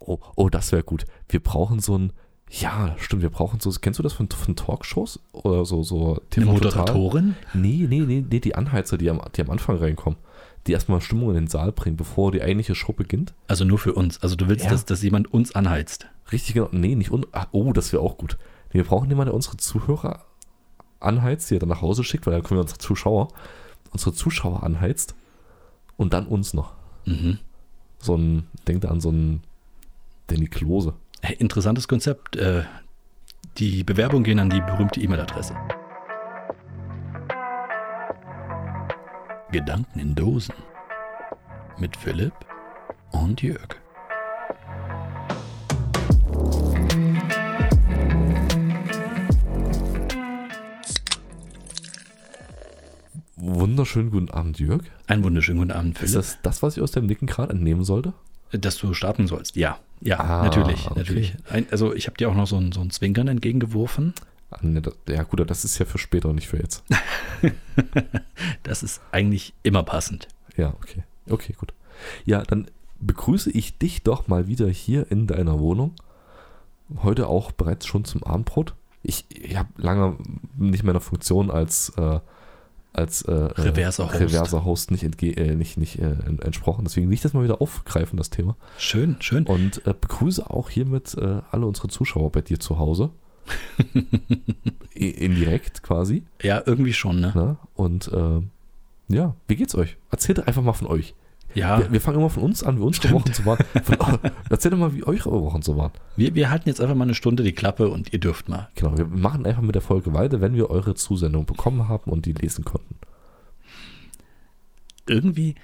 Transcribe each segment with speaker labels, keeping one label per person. Speaker 1: Oh, oh, das wäre gut. Wir brauchen so ein, ja, stimmt, wir brauchen so, kennst du das von, von Talkshows? Oder so, so
Speaker 2: Eine
Speaker 1: TV Total?
Speaker 2: Moderatorin?
Speaker 1: Nee, nee, nee, nee, die Anheizer, die am, die am Anfang reinkommen, die erstmal Stimmung in den Saal bringen, bevor die eigentliche Show beginnt.
Speaker 2: Also nur für uns. Also du willst,
Speaker 1: Ja.
Speaker 2: dass, dass jemand uns anheizt.
Speaker 1: Richtig genau. Nee, nicht un. Ah, oh, das wäre auch gut. Nee, wir brauchen jemanden, der unsere Zuhörer anheizt, die er dann nach Hause schickt, weil dann können wir unsere Zuschauer, unsere Zuschauer anheizt und dann uns noch.
Speaker 2: Mhm.
Speaker 1: So ein, denkt an so einen Danny Klose.
Speaker 2: Hey, interessantes Konzept. Äh, die Bewerbungen gehen an die berühmte E-Mail-Adresse. Gedanken in Dosen mit Philipp und Jörg.
Speaker 1: Wunderschönen guten Abend, Jörg.
Speaker 2: Einen wunderschönen guten Abend,
Speaker 1: Ist
Speaker 2: Philipp.
Speaker 1: das das, was ich aus dem Nicken gerade entnehmen sollte?
Speaker 2: Dass du starten sollst. Ja, ja,
Speaker 1: Ah,
Speaker 2: natürlich,
Speaker 1: okay.
Speaker 2: natürlich. Ein, also ich habe dir auch noch so ein, so ein Zwinkern entgegengeworfen.
Speaker 1: Ah, nee, das- Ja, gut, aber das ist ja für später und nicht für jetzt.
Speaker 2: Das ist eigentlich immer passend.
Speaker 1: Ja, okay. Okay, gut. Ja, dann begrüße ich dich doch mal wieder hier in deiner Wohnung. Heute auch bereits schon zum Abendbrot. Ich, ich habe lange nicht meiner Funktion als, äh, als äh, äh,
Speaker 2: Reverser Host.
Speaker 1: reverser Host nicht, entge äh, nicht, nicht äh, en- entsprochen. Deswegen will ich das mal wieder aufgreifen, das Thema.
Speaker 2: Schön, schön.
Speaker 1: Und äh, begrüße auch hiermit äh, alle unsere Zuschauer bei dir zu Hause. I- Indirekt quasi.
Speaker 2: Ja, irgendwie schon, ne?
Speaker 1: Ne? Und äh, ja, wie geht's euch? Erzählt einfach mal von euch.
Speaker 2: Ja,
Speaker 1: Wir, wir fangen immer von uns an, wie unsere
Speaker 2: Ah. Stimmt.
Speaker 1: Wochen so waren. Von, erzähl doch mal, wie eure Wochen so waren.
Speaker 2: wir, wir halten jetzt einfach mal eine Stunde die Klappe und ihr dürft mal.
Speaker 1: Genau, wir machen einfach mit der Folge weiter, wenn wir eure Zusendung bekommen haben und die lesen konnten.
Speaker 2: irgendwie,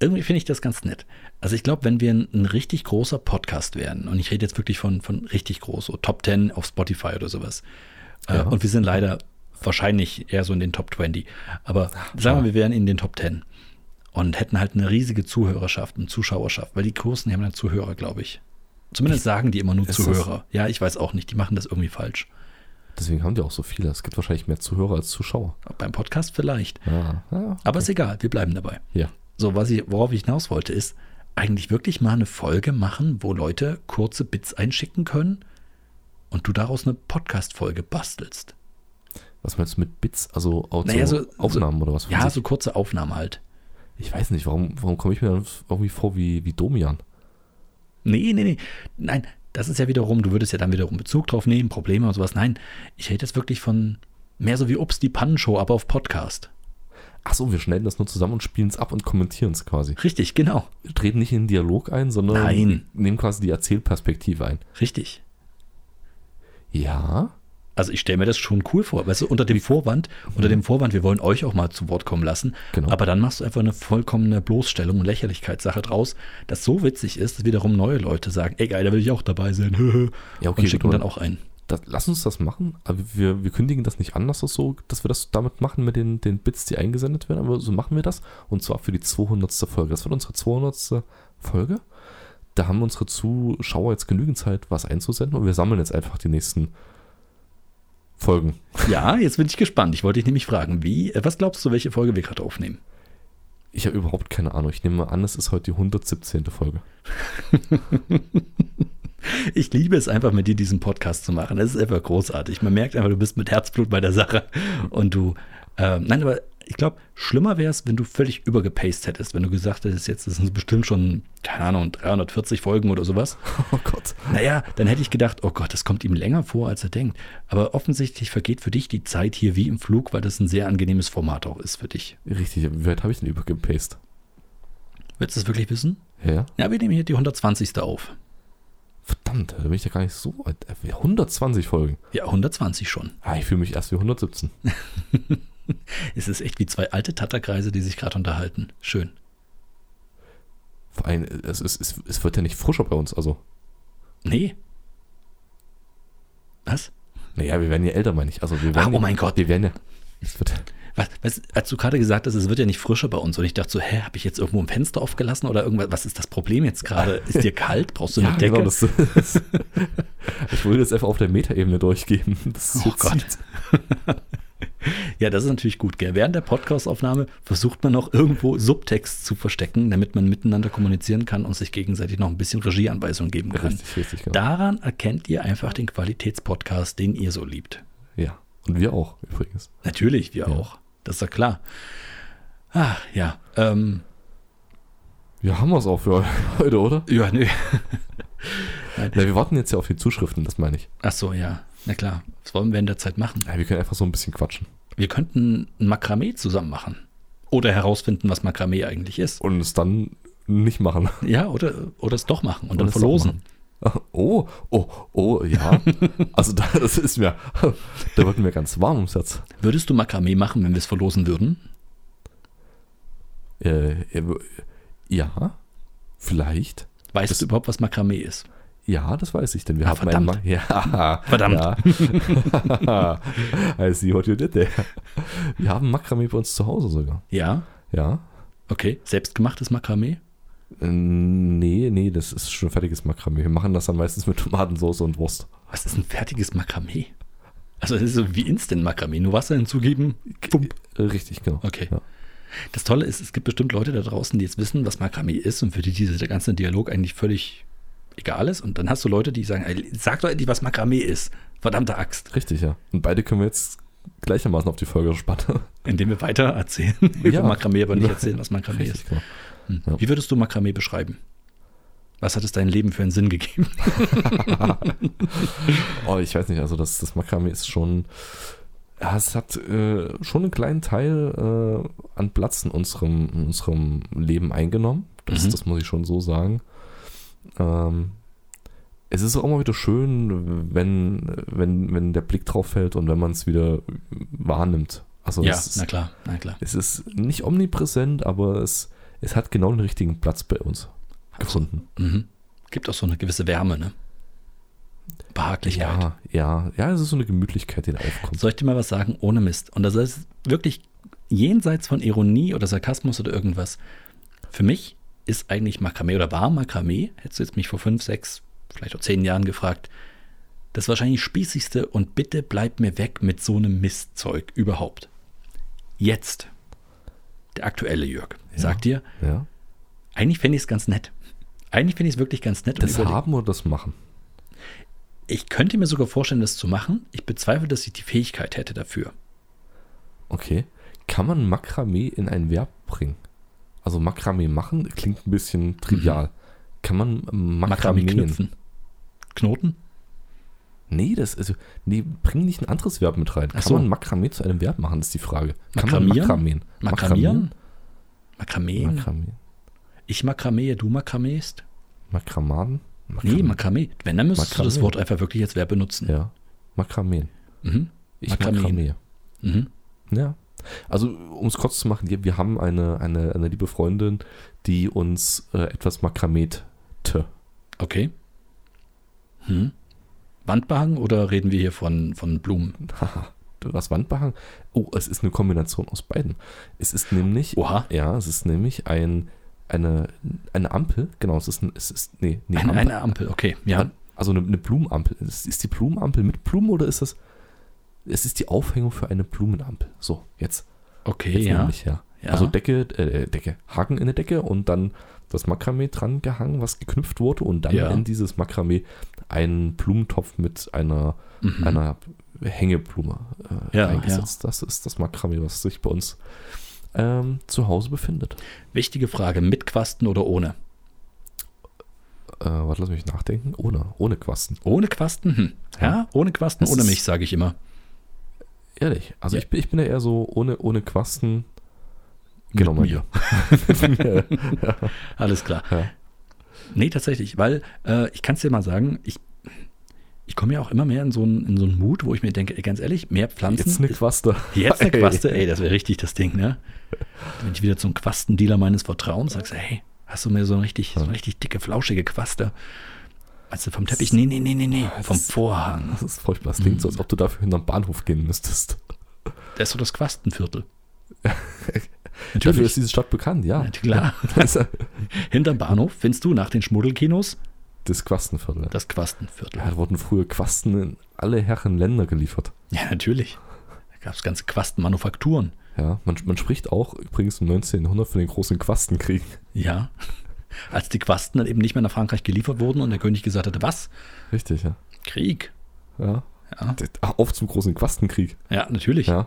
Speaker 2: irgendwie finde ich das ganz nett. Also ich glaube, wenn wir ein, ein richtig großer Podcast werden, und ich rede jetzt wirklich von, von richtig groß, so Top 10 auf Spotify oder sowas,
Speaker 1: Ja.
Speaker 2: äh, und wir sind leider wahrscheinlich eher so in den Top 20, aber sagen wir, wir wären in den Top 10 und hätten halt eine riesige Zuhörerschaft, eine Zuschauerschaft, weil die Großen die haben ja Zuhörer, glaube ich. Zumindest sagen die immer nur
Speaker 1: Ist das-
Speaker 2: Zuhörer. Ja, ich weiß auch nicht, die machen das irgendwie falsch.
Speaker 1: Deswegen haben die auch so viele. Es gibt wahrscheinlich mehr Zuhörer als Zuschauer.
Speaker 2: Beim Podcast vielleicht.
Speaker 1: Ja, ja.
Speaker 2: Aber ist egal, wir bleiben dabei.
Speaker 1: ja.
Speaker 2: So, was ich, worauf ich hinaus wollte, ist eigentlich wirklich mal eine Folge machen, wo Leute kurze Bits einschicken können und du daraus eine Podcast-Folge bastelst.
Speaker 1: Was meinst du mit Bits? Also, also
Speaker 2: Naja, so-
Speaker 1: Aufnahmen oder was? von
Speaker 2: Ja,
Speaker 1: sich?
Speaker 2: so kurze Aufnahmen halt.
Speaker 1: ich weiß nicht, warum, warum komme ich mir dann irgendwie vor wie, wie Domian?
Speaker 2: Nee, nee, nee. Nein, das ist ja wiederum, du würdest ja dann wiederum Bezug drauf nehmen, Probleme und sowas. Nein, ich rede jetzt wirklich von mehr so wie Obst die Pannenshow, aber auf Podcast.
Speaker 1: Achso, wir schneiden das nur zusammen und spielen es ab und kommentieren es quasi.
Speaker 2: Richtig, genau.
Speaker 1: Wir treten nicht in den Dialog ein, sondern
Speaker 2: Nein.
Speaker 1: nehmen quasi die Erzählperspektive ein.
Speaker 2: Richtig.
Speaker 1: Ja,
Speaker 2: Also ich stelle mir das schon cool vor, weißt du, unter dem Vorwand, unter dem Vorwand, wir wollen euch auch mal zu Wort kommen lassen,
Speaker 1: Mhm. Genau.
Speaker 2: aber dann machst du einfach eine vollkommene Bloßstellung und Lächerlichkeitssache draus, das so witzig ist, dass wiederum neue Leute sagen, ey geil, da will ich auch dabei sein.
Speaker 1: Ja, okay,
Speaker 2: und schicken
Speaker 1: gut.
Speaker 2: dann auch ein.
Speaker 1: das, lass uns das machen. Aber wir, wir kündigen das nicht an, dass, das so, dass wir das damit machen mit den, den Bits, die eingesendet werden. Aber so machen wir das. Und zwar für die 200. Folge. Das wird unsere 200. Folge. Da haben unsere Zuschauer jetzt genügend Zeit, was einzusenden. Und wir sammeln jetzt einfach die nächsten Folgen.
Speaker 2: Ja, jetzt bin ich gespannt. Ich wollte dich nämlich fragen, wie, äh, was glaubst du, welche Folge wir gerade aufnehmen?
Speaker 1: Ich habe überhaupt keine Ahnung. Ich nehme mal an, es ist heute die 117. Folge.
Speaker 2: Ich liebe es einfach, mit dir diesen Podcast zu machen. Das ist einfach großartig. Man merkt einfach, du bist mit Herzblut bei der Sache. Und du, ähm, nein, aber ich glaube, schlimmer wäre es, wenn du völlig übergepaced hättest, wenn du gesagt hättest, jetzt das sind bestimmt schon, keine Ahnung, 340 Folgen oder sowas.
Speaker 1: Oh Gott.
Speaker 2: Naja, dann hätte ich gedacht, oh Gott, das kommt ihm länger vor, als er denkt. Aber offensichtlich vergeht für dich die Zeit hier wie im Flug, weil das ein sehr angenehmes Format auch ist für dich.
Speaker 1: Richtig. Wie weit habe ich denn übergepaced?
Speaker 2: Willst du es wirklich wissen?
Speaker 1: Ja?
Speaker 2: Ja, wir nehmen hier die 120. auf.
Speaker 1: Verdammt, da bin ich ja gar nicht so weit. 120 Folgen.
Speaker 2: Ja, 120 schon.
Speaker 1: Ah, ich fühle mich erst wie 117.
Speaker 2: Es ist echt wie zwei alte Tatterkreise, die sich gerade unterhalten. Schön.
Speaker 1: Vor allem, äh, es, es, es, es wird ja nicht frischer bei uns. Also,
Speaker 2: Nee. Was?
Speaker 1: naja, wir werden ja älter, meine ich. Also, wir werden
Speaker 2: Ach, oh mein Gott.
Speaker 1: Wir werden ja. Es wird,
Speaker 2: was, was? Als du gerade gesagt hast, es wird ja nicht frischer bei uns. Und ich dachte so, hä, habe ich jetzt irgendwo ein Fenster aufgelassen oder irgendwas? Was ist das Problem jetzt gerade? Ist dir kalt? Brauchst du eine Decke?
Speaker 1: genau, das, das, ich wollte das einfach auf der Metaebene durchgeben. Das
Speaker 2: Oh Gott.
Speaker 1: zieht.
Speaker 2: Ja, das ist natürlich gut. Gell? Während der Podcastaufnahme versucht man noch irgendwo Subtext zu verstecken, damit man miteinander kommunizieren kann und sich gegenseitig noch ein bisschen Regieanweisungen geben kann.
Speaker 1: Richtig, richtig, genau.
Speaker 2: Daran erkennt ihr einfach den Qualitätspodcast, den ihr so liebt.
Speaker 1: Ja. Und wir auch, übrigens.
Speaker 2: Natürlich, wir
Speaker 1: Ja.
Speaker 2: auch. Das ist doch klar. Ach, ja. Ähm,
Speaker 1: Ja, haben wir es auch für heute, oder?
Speaker 2: ja, nö.
Speaker 1: Na, wir warten jetzt ja auf die Zuschriften, das meine ich.
Speaker 2: Ach so, ja. Na klar. Was wollen wir in der Zeit machen?
Speaker 1: Ja, wir können einfach so ein bisschen quatschen.
Speaker 2: Wir könnten ein Makramee zusammen machen. Oder herausfinden, was Makramee eigentlich ist.
Speaker 1: Und es dann nicht machen.
Speaker 2: Ja, oder, oder es doch machen und dann
Speaker 1: es doch
Speaker 2: verlosen.
Speaker 1: machen. Oh, oh, oh, ja. Also da, das ist mir, da wird mir ganz warm ums Herz.
Speaker 2: Würdest du Makramee machen, wenn wir es verlosen würden?
Speaker 1: Äh, äh, ja, vielleicht.
Speaker 2: Weißt du überhaupt, was Makramee ist?
Speaker 1: Ja, das weiß ich, denn wir
Speaker 2: Ah,
Speaker 1: haben einen Ma-
Speaker 2: verdammt.
Speaker 1: ja, verdammt. Ja. I see what you did there. Wir haben Makramee bei uns zu Hause sogar.
Speaker 2: Ja,
Speaker 1: Ja.
Speaker 2: okay. Selbstgemachtes Makramee?
Speaker 1: Äh, Nee, nee, das ist schon fertiges Makramee. Wir machen das dann meistens mit Tomatensauce und Wurst.
Speaker 2: Was ist ein fertiges Makramee? Also es ist so wie Instant Makramee, nur Wasser hinzugeben. Pump.
Speaker 1: Äh, Richtig, genau.
Speaker 2: Okay.
Speaker 1: Ja.
Speaker 2: Das Tolle ist, es gibt bestimmt Leute da draußen, die jetzt wissen, was Makramee ist und für die dieser ganze Dialog eigentlich völlig egal ist. Und dann hast du Leute, die sagen, ey, sag doch endlich, was Makramee ist. Verdammte Axt.
Speaker 1: Richtig, ja. Und beide können wir jetzt gleichermaßen auf die Folge spannen.
Speaker 2: Indem wir weiter erzählen über
Speaker 1: Ja.
Speaker 2: Makramee, aber nicht erzählen, was Makramee ist.
Speaker 1: Richtig, genau.
Speaker 2: Hm.
Speaker 1: Ja.
Speaker 2: Wie würdest du Makramee beschreiben? Was hat es deinem Leben für einen Sinn gegeben?
Speaker 1: Oh, ich weiß nicht, also das, das Makramee ist schon. Ja, es hat äh, schon einen kleinen Teil äh, an Platz in unserem, in unserem Leben eingenommen. Das,
Speaker 2: Mhm.
Speaker 1: das muss ich schon so sagen. Ähm, es ist auch immer wieder schön, wenn, wenn, wenn der Blick drauf fällt und wenn man es wieder wahrnimmt. Also
Speaker 2: ja,
Speaker 1: es,
Speaker 2: na
Speaker 1: ist,
Speaker 2: klar, na klar.
Speaker 1: es ist nicht omnipräsent, aber es, es hat genau den richtigen Platz bei uns gefunden.
Speaker 2: Mhm. Gibt auch so eine gewisse Wärme, ne? Behaglichkeit.
Speaker 1: Ja, ja, ja, es ist so eine Gemütlichkeit, die da aufkommt.
Speaker 2: Soll ich dir mal was sagen, ohne Mist? Und das ist wirklich jenseits von Ironie oder Sarkasmus oder irgendwas. Für mich ist eigentlich Makramee oder war Makramee, hättest du jetzt mich vor fünf, sechs, vielleicht auch zehn Jahren gefragt, das wahrscheinlich spießigste und bitte bleib mir weg mit so einem Mistzeug überhaupt. Jetzt, der aktuelle Jörg, sagt dir,
Speaker 1: Ja.
Speaker 2: eigentlich fände ich es ganz nett. Eigentlich finde ich es wirklich ganz nett. und
Speaker 1: Das
Speaker 2: überleg-
Speaker 1: haben oder das machen?
Speaker 2: ich könnte mir sogar vorstellen, das zu machen. Ich bezweifle, dass ich die Fähigkeit hätte dafür.
Speaker 1: Okay. Kann man Makramee in ein Verb bringen? Also Makramee machen klingt ein bisschen trivial. Kann man Makramee
Speaker 2: Mhm. Makramee
Speaker 1: knüpfen?
Speaker 2: knüpfen. Knoten?
Speaker 1: Nee, das also nee, bring nicht ein anderes Verb mit rein. Kann
Speaker 2: so.
Speaker 1: man Makramee zu einem Verb machen, ist die Frage. Kann man
Speaker 2: Makramieren? Makramieren?
Speaker 1: Makramieren?
Speaker 2: Makrameen?
Speaker 1: Makramee.
Speaker 2: ich makramee, du makramest?
Speaker 1: Makramaden?
Speaker 2: Nee,
Speaker 1: Makram-
Speaker 2: Makramee. Wenn, dann müsstest du das
Speaker 1: Makramieren.
Speaker 2: Wort einfach wirklich als Verb benutzen.
Speaker 1: Ja. Makrameen.
Speaker 2: Mhm.
Speaker 1: Ich
Speaker 2: Makrameen.
Speaker 1: Makramee.
Speaker 2: Mhm.
Speaker 1: Ja. Also, um es kurz zu machen, wir- wir haben eine, eine, eine liebe Freundin, die uns äh, etwas makramete.
Speaker 2: Okay. Hm. Wandbehang oder reden wir hier von, von Blumen?
Speaker 1: Haha, was Wandbehang? Oh, es ist eine Kombination aus beiden. Es ist nämlich,
Speaker 2: Oha.
Speaker 1: ja, es ist nämlich ein, eine, eine Ampel, genau, es ist, ein, es ist nee, nee,
Speaker 2: Eine,
Speaker 1: Ampel.
Speaker 2: eine Ampel, okay. Ja.
Speaker 1: also eine, eine Blumenampel. Ist, ist die Blumenampel mit Blumen oder ist das, es ist die Aufhängung für eine Blumenampel. So, jetzt,
Speaker 2: Okay,
Speaker 1: jetzt
Speaker 2: ja.
Speaker 1: nämlich, ja.
Speaker 2: ja.
Speaker 1: Also Decke, äh, Decke, Haken in der Decke und dann das Makramee dran gehangen, was geknüpft wurde und dann
Speaker 2: Ja.
Speaker 1: in dieses Makramee einen Blumentopf mit einer
Speaker 2: mhm.
Speaker 1: einer Hängeblume äh,
Speaker 2: Ja,
Speaker 1: eingesetzt. Das ist das Makramee, was sich bei uns ähm, zu Hause befindet.
Speaker 2: Wichtige Frage, mit Quasten oder ohne?
Speaker 1: Äh, warte, lass mich nachdenken. Ohne, ohne Quasten.
Speaker 2: Ohne Quasten? Hm. Ja, ohne Quasten,
Speaker 1: Das
Speaker 2: ohne
Speaker 1: ist-
Speaker 2: Milch, sage ich immer.
Speaker 1: Ehrlich. Also
Speaker 2: Ja.
Speaker 1: ich, bin, ich bin ja eher so ohne, ohne Quasten. Genau,
Speaker 2: Mit
Speaker 1: mein
Speaker 2: mir. Alles klar.
Speaker 1: Ja.
Speaker 2: Nee, tatsächlich, weil äh, ich kann es dir mal sagen, ich, ich komme ja auch immer mehr in so einen in so einen Mut, wo ich mir denke, ey, ganz ehrlich, mehr Pflanzen.
Speaker 1: Jetzt eine Quaste.
Speaker 2: Jetzt eine
Speaker 1: Ey.
Speaker 2: Quaste, ey, das wäre richtig das Ding, ne? Wenn ich wieder zum Quastendealer meines Vertrauens sagst, hey, hast du mir so eine richtig, so eine richtig dicke, flauschige Quaste? Meinst du vom Teppich? Nee, nee, nee, nee, nee, vom
Speaker 1: Ah, Das-
Speaker 2: Vorhang.
Speaker 1: Das ist furchtbar. Das klingt so, als ob du dafür hinterm Bahnhof gehen müsstest.
Speaker 2: Das ist so das Quastenviertel.
Speaker 1: Dafür ist
Speaker 2: Natürlich.
Speaker 1: diese Stadt bekannt, ja. Also,
Speaker 2: Ja, klar.
Speaker 1: Das,
Speaker 2: Hinterm Bahnhof findest du nach den Schmuddelkinos
Speaker 1: das Quastenviertel.
Speaker 2: das Quastenviertel.
Speaker 1: Ja, da wurden früher Quasten in alle Herren Länder geliefert.
Speaker 2: Ja, natürlich. gab es ganze Quastenmanufakturen.
Speaker 1: Ja, man, man spricht auch übrigens um 1900 von den großen Quastenkriegen.
Speaker 2: Ja. Als die Quasten dann eben nicht mehr nach Frankreich geliefert wurden und der König gesagt hatte, was?
Speaker 1: Richtig, ja.
Speaker 2: Krieg.
Speaker 1: ja.
Speaker 2: Ja,
Speaker 1: Das- ach, Auf zum großen Quastenkrieg.
Speaker 2: ja natürlich.
Speaker 1: Ja.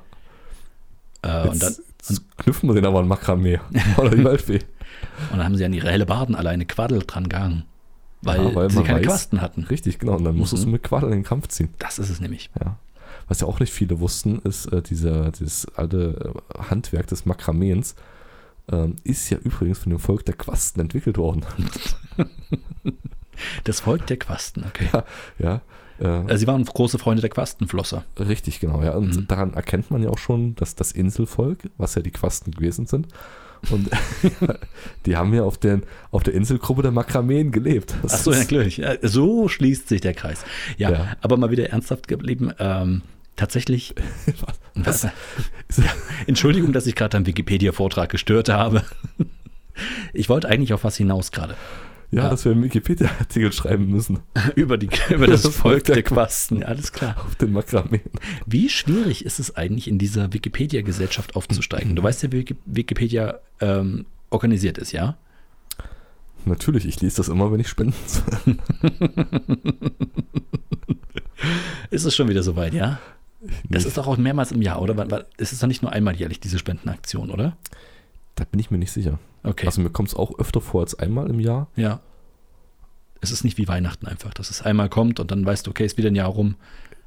Speaker 2: Äh,
Speaker 1: Jetzt,
Speaker 2: und, dann,
Speaker 1: jetzt knüpfen wir den aber an Makramee oder die Waldfee.
Speaker 2: und dann haben sie an ihre Hellebarden alleine Quaddel dran gehangen, weil,
Speaker 1: Ja, weil
Speaker 2: sie
Speaker 1: man
Speaker 2: keine
Speaker 1: weiß-
Speaker 2: Quasten hatten.
Speaker 1: Richtig, genau. Und dann musstest
Speaker 2: Mhm.
Speaker 1: du mit Quadel in den Kampf ziehen.
Speaker 2: Das ist es nämlich.
Speaker 1: Ja. Was ja auch nicht viele wussten, ist, äh, dieser, dieses alte äh, Handwerk des Makrameens ähm, ist ja übrigens von dem Volk der Quasten entwickelt worden.
Speaker 2: Das Volk der Quasten, okay.
Speaker 1: ja. Äh,
Speaker 2: Äh, Sie waren große Freunde der Quastenflosser.
Speaker 1: Richtig, genau, ja. Und
Speaker 2: Mhm.
Speaker 1: daran erkennt man ja auch schon, dass das Inselvolk, was ja die Quasten gewesen sind, und die haben ja auf, den, auf der Inselgruppe der Makrameen gelebt. Das
Speaker 2: Ach so, ja,
Speaker 1: ist-
Speaker 2: natürlich. Ja, So schließt sich der Kreis. Ja,
Speaker 1: Ja.
Speaker 2: aber mal wieder ernsthaft geblieben. Ähm, tatsächlich.
Speaker 1: Was?
Speaker 2: Entschuldigung, dass ich gerade einen Wikipedia-Vortrag gestört habe. Ich wollte eigentlich auf was hinaus gerade.
Speaker 1: Ja,
Speaker 2: Ja.
Speaker 1: dass wir einen Wikipedia-Artikel schreiben müssen
Speaker 2: Über, die, über das,
Speaker 1: Das
Speaker 2: Volk
Speaker 1: Volk
Speaker 2: der
Speaker 1: der
Speaker 2: Quasten. Ja, alles klar.
Speaker 1: auf den Makrameen.
Speaker 2: Wie schwierig ist es eigentlich, in dieser Wikipedia-Gesellschaft aufzusteigen? Du weißt ja, wie Wiki- Wikipedia ähm, organisiert ist, ja?
Speaker 1: Natürlich, ich lese das immer, wenn ich spenden soll.
Speaker 2: Ist es schon wieder soweit, ja? Das
Speaker 1: Nee,
Speaker 2: ist doch auch mehrmals im Jahr, oder? Weil- weil Es ist doch nicht nur einmal jährlich, diese Spendenaktion, oder?
Speaker 1: da bin ich mir nicht sicher.
Speaker 2: Okay.
Speaker 1: Also mir kommt es auch öfter vor als einmal im Jahr.
Speaker 2: Ja. Es ist nicht wie Weihnachten einfach, dass es einmal kommt und dann weißt du, okay, ist wieder ein Jahr rum.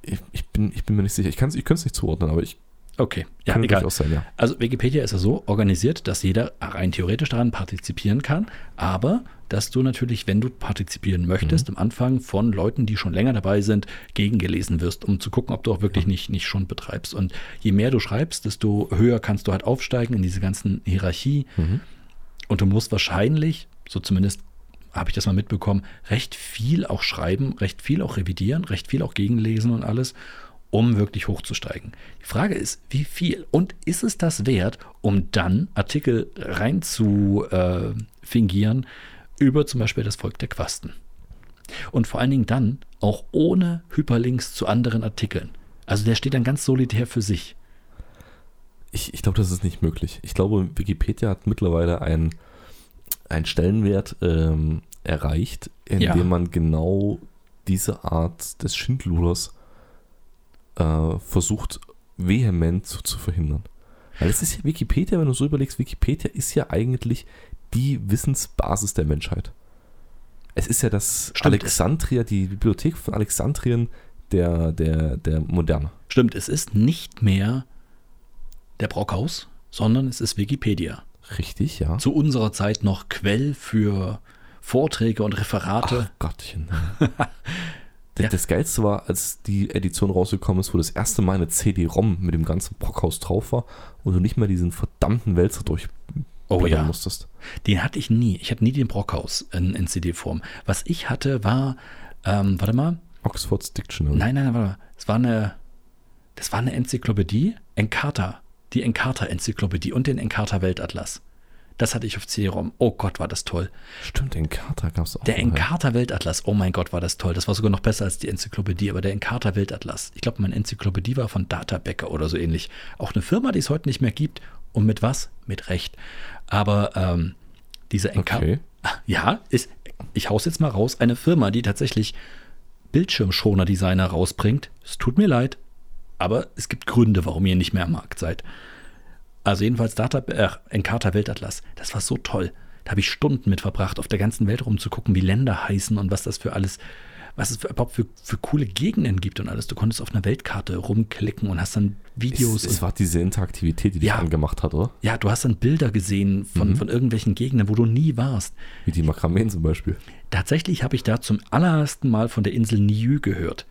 Speaker 1: Ich, ich, bin, ich bin mir nicht sicher. Ich, kann's- ich könnte es nicht zuordnen, aber ich
Speaker 2: Okay, ja,
Speaker 1: kann
Speaker 2: egal.
Speaker 1: durchaus sein, ja.
Speaker 2: Also Wikipedia ist ja so organisiert, dass jeder rein theoretisch daran partizipieren kann, aber dass du natürlich, wenn du partizipieren möchtest,
Speaker 1: Mhm.
Speaker 2: am Anfang von Leuten, die schon länger dabei sind, gegengelesen wirst, um zu gucken, ob du auch wirklich nicht, nicht schon betreibst. Und je mehr du schreibst, desto höher kannst du halt aufsteigen in diese ganzen Hierarchie.
Speaker 1: Mhm.
Speaker 2: Und du musst wahrscheinlich, so zumindest habe ich das mal mitbekommen, recht viel auch schreiben, recht viel auch revidieren, recht viel auch gegenlesen und alles, um wirklich hochzusteigen. Die Frage ist, wie viel? Und ist es das wert, um dann Artikel rein zu äh, fingieren über zum Beispiel das Volk der Quasten? Und vor allen Dingen dann auch ohne Hyperlinks zu anderen Artikeln. Also der steht dann ganz solitär für sich.
Speaker 1: Ich, ich glaube, das ist nicht möglich. Ich glaube, Wikipedia hat mittlerweile einen, einen Stellenwert ähm, erreicht, indem
Speaker 2: Ja.
Speaker 1: man genau diese Art des Schindluders äh, versucht, vehement zu, zu verhindern. Weil es ist ja Wikipedia, wenn du so überlegst, Wikipedia ist ja eigentlich die Wissensbasis der Menschheit. Es ist ja das
Speaker 2: Stimmt.
Speaker 1: Alexandria, die Bibliothek von Alexandrien der, der, der Moderne.
Speaker 2: Stimmt, es ist nicht mehr der Brockhaus, sondern es ist Wikipedia.
Speaker 1: Richtig, ja.
Speaker 2: Zu unserer Zeit noch Quell für Vorträge und Referate.
Speaker 1: Ach, Gottchen. D-
Speaker 2: Ja.
Speaker 1: Das Geilste war, als die Edition rausgekommen ist, wo das erste Mal eine CD-ROM mit dem ganzen Brockhaus drauf war und du nicht mehr diesen verdammten Wälzer durchblättern
Speaker 2: oh ja,
Speaker 1: musstest.
Speaker 2: den hatte ich nie. Ich hatte nie den Brockhaus in, in CD-Form. Was ich hatte, war, ähm, warte mal,
Speaker 1: Oxford's Dictionary.
Speaker 2: nein, nein, warte mal, es war eine, das war eine Enzyklopädie, Encarta, die Encarta-Enzyklopädie und den Encarta-Weltatlas. Das hatte ich auf CD-ROM. Oh Gott, war das toll.
Speaker 1: Stimmt, Encarta gab es auch.
Speaker 2: Der
Speaker 1: vorher.
Speaker 2: Encarta-Weltatlas, oh mein Gott, war das toll. Das war sogar noch besser als die Enzyklopädie, aber der Encarta-Weltatlas. Ich glaube, meine Enzyklopädie war von Data Becker oder so ähnlich. Auch eine Firma, die es heute nicht mehr gibt. Und mit was? Mit Recht. Aber ähm, dieser Encarta.
Speaker 1: Okay.
Speaker 2: Ja, ist, ich hau's jetzt mal raus. Eine Firma, die tatsächlich Bildschirmschoner-Designer rausbringt. Es tut mir leid, aber es gibt Gründe, warum ihr nicht mehr am Markt seid. Also jedenfalls Data, äh, Encarta Weltatlas. Das war so toll. Da habe ich Stunden mit verbracht, auf der ganzen Welt rumzugucken, wie Länder heißen und was das für alles, was es für, überhaupt für, für coole Gegenden gibt und alles. Du konntest auf einer Weltkarte rumklicken und hast dann Videos.
Speaker 1: Es,
Speaker 2: und
Speaker 1: es war diese Interaktivität, die dich
Speaker 2: Ja.
Speaker 1: angemacht hat, oder?
Speaker 2: ja, du hast dann Bilder gesehen von,
Speaker 1: Mhm.
Speaker 2: von irgendwelchen Gegenden, wo du nie warst.
Speaker 1: Wie die Makrameen zum Beispiel.
Speaker 2: Tatsächlich habe ich da zum allerersten Mal von der Insel Niue gehört.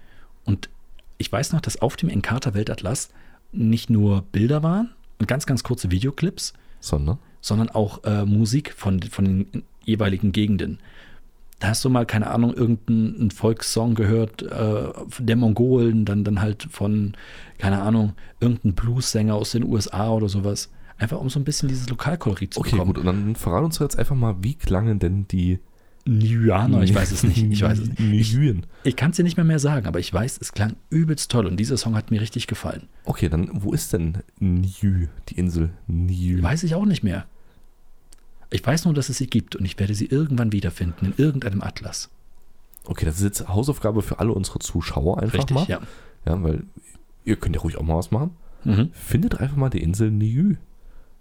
Speaker 2: Und ich weiß noch, dass auf dem Encarta-Weltatlas nicht nur Bilder waren und ganz, ganz kurze Videoclips,
Speaker 1: Sondern?
Speaker 2: sondern auch äh, Musik von, von den jeweiligen Gegenden. Da hast du mal, keine Ahnung, irgendeinen Volkssong gehört äh, der Mongolen, dann, dann halt von, keine Ahnung, irgendein Blues-Sänger aus den USA oder sowas. Einfach um so ein bisschen dieses Lokalkolorit zu
Speaker 1: Okay,
Speaker 2: bekommen.
Speaker 1: gut. Und dann verrat uns doch jetzt einfach mal, wie klangen denn die
Speaker 2: Niuaner, ich weiß es nicht. Ich weiß es nicht. Ich,
Speaker 1: Nihüen.
Speaker 2: ich kann es dir nicht mehr mehr sagen, aber ich weiß, es klang übelst toll und dieser Song hat mir richtig gefallen.
Speaker 1: Okay, dann wo ist denn Niu, die Insel Niu?
Speaker 2: Weiß ich auch nicht mehr. Ich weiß nur, dass es sie gibt und ich werde sie irgendwann wiederfinden in irgendeinem Atlas.
Speaker 1: Okay, das ist jetzt Hausaufgabe für alle unsere Zuschauer einfach mal.
Speaker 2: ja.
Speaker 1: ja, weil ihr könnt ja ruhig auch mal was machen.
Speaker 2: Mhm.
Speaker 1: Findet einfach mal die Insel Niu.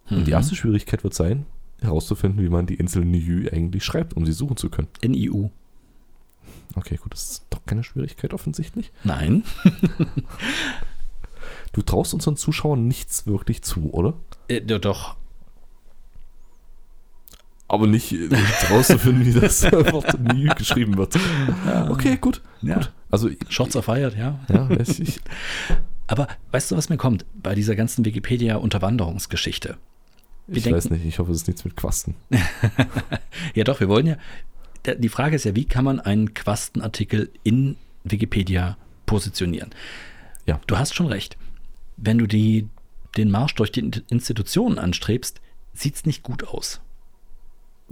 Speaker 1: Und die
Speaker 2: Mhm.
Speaker 1: erste Schwierigkeit wird sein, herauszufinden, wie man die Insel Niu eigentlich schreibt, um sie suchen zu können.
Speaker 2: In EU.
Speaker 1: Okay, gut, das ist doch keine Schwierigkeit offensichtlich.
Speaker 2: Nein.
Speaker 1: Du traust unseren Zuschauern nichts wirklich zu, oder?
Speaker 2: Äh, do- doch.
Speaker 1: Aber nicht äh, herauszufinden, wie das Wort Niu geschrieben wird.
Speaker 2: Ah.
Speaker 1: Okay, gut.
Speaker 2: Ja.
Speaker 1: gut. Also,
Speaker 2: Shots are fired, ja.
Speaker 1: ja, ich, ich,
Speaker 2: Aber weißt du, was mir kommt bei dieser ganzen Wikipedia-Unterwanderungsgeschichte?
Speaker 1: ich
Speaker 2: denken-
Speaker 1: weiß nicht, ich hoffe, es ist nichts mit Quasten.
Speaker 2: Ja, doch, wir wollen ja. der- Die Frage ist ja, wie kann man einen Quastenartikel in Wikipedia positionieren?
Speaker 1: Ja.
Speaker 2: Du hast schon recht. Wenn du die, den Marsch durch die In- Institutionen anstrebst, sieht es nicht gut aus.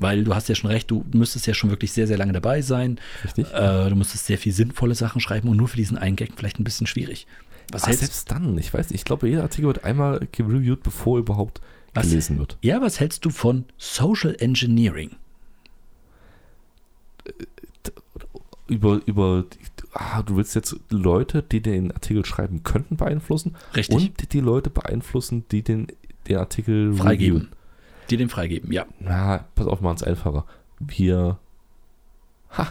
Speaker 2: Weil du hast ja schon recht, du müsstest ja schon wirklich sehr, sehr lange dabei sein.
Speaker 1: Richtig.
Speaker 2: Äh, du müsstest sehr viel sinnvolle Sachen schreiben und nur für diesen einen Gag vielleicht ein bisschen schwierig. Was
Speaker 1: Ah,
Speaker 2: hältst,
Speaker 1: selbst dann, ich weiß nicht, ich glaube, jeder Artikel wird einmal gereviewt, bevor überhaupt
Speaker 2: Was?
Speaker 1: gelesen wird.
Speaker 2: ja, was hältst du von Social Engineering?
Speaker 1: Über, über, ah, du willst jetzt Leute, die den Artikel schreiben könnten, beeinflussen
Speaker 2: Richtig.
Speaker 1: und die Leute beeinflussen, die den, den Artikel
Speaker 2: Freigeben.
Speaker 1: reviewen.
Speaker 2: Die den freigeben, ja.
Speaker 1: Na, pass auf, wir machen es einfacher. Wir, ha,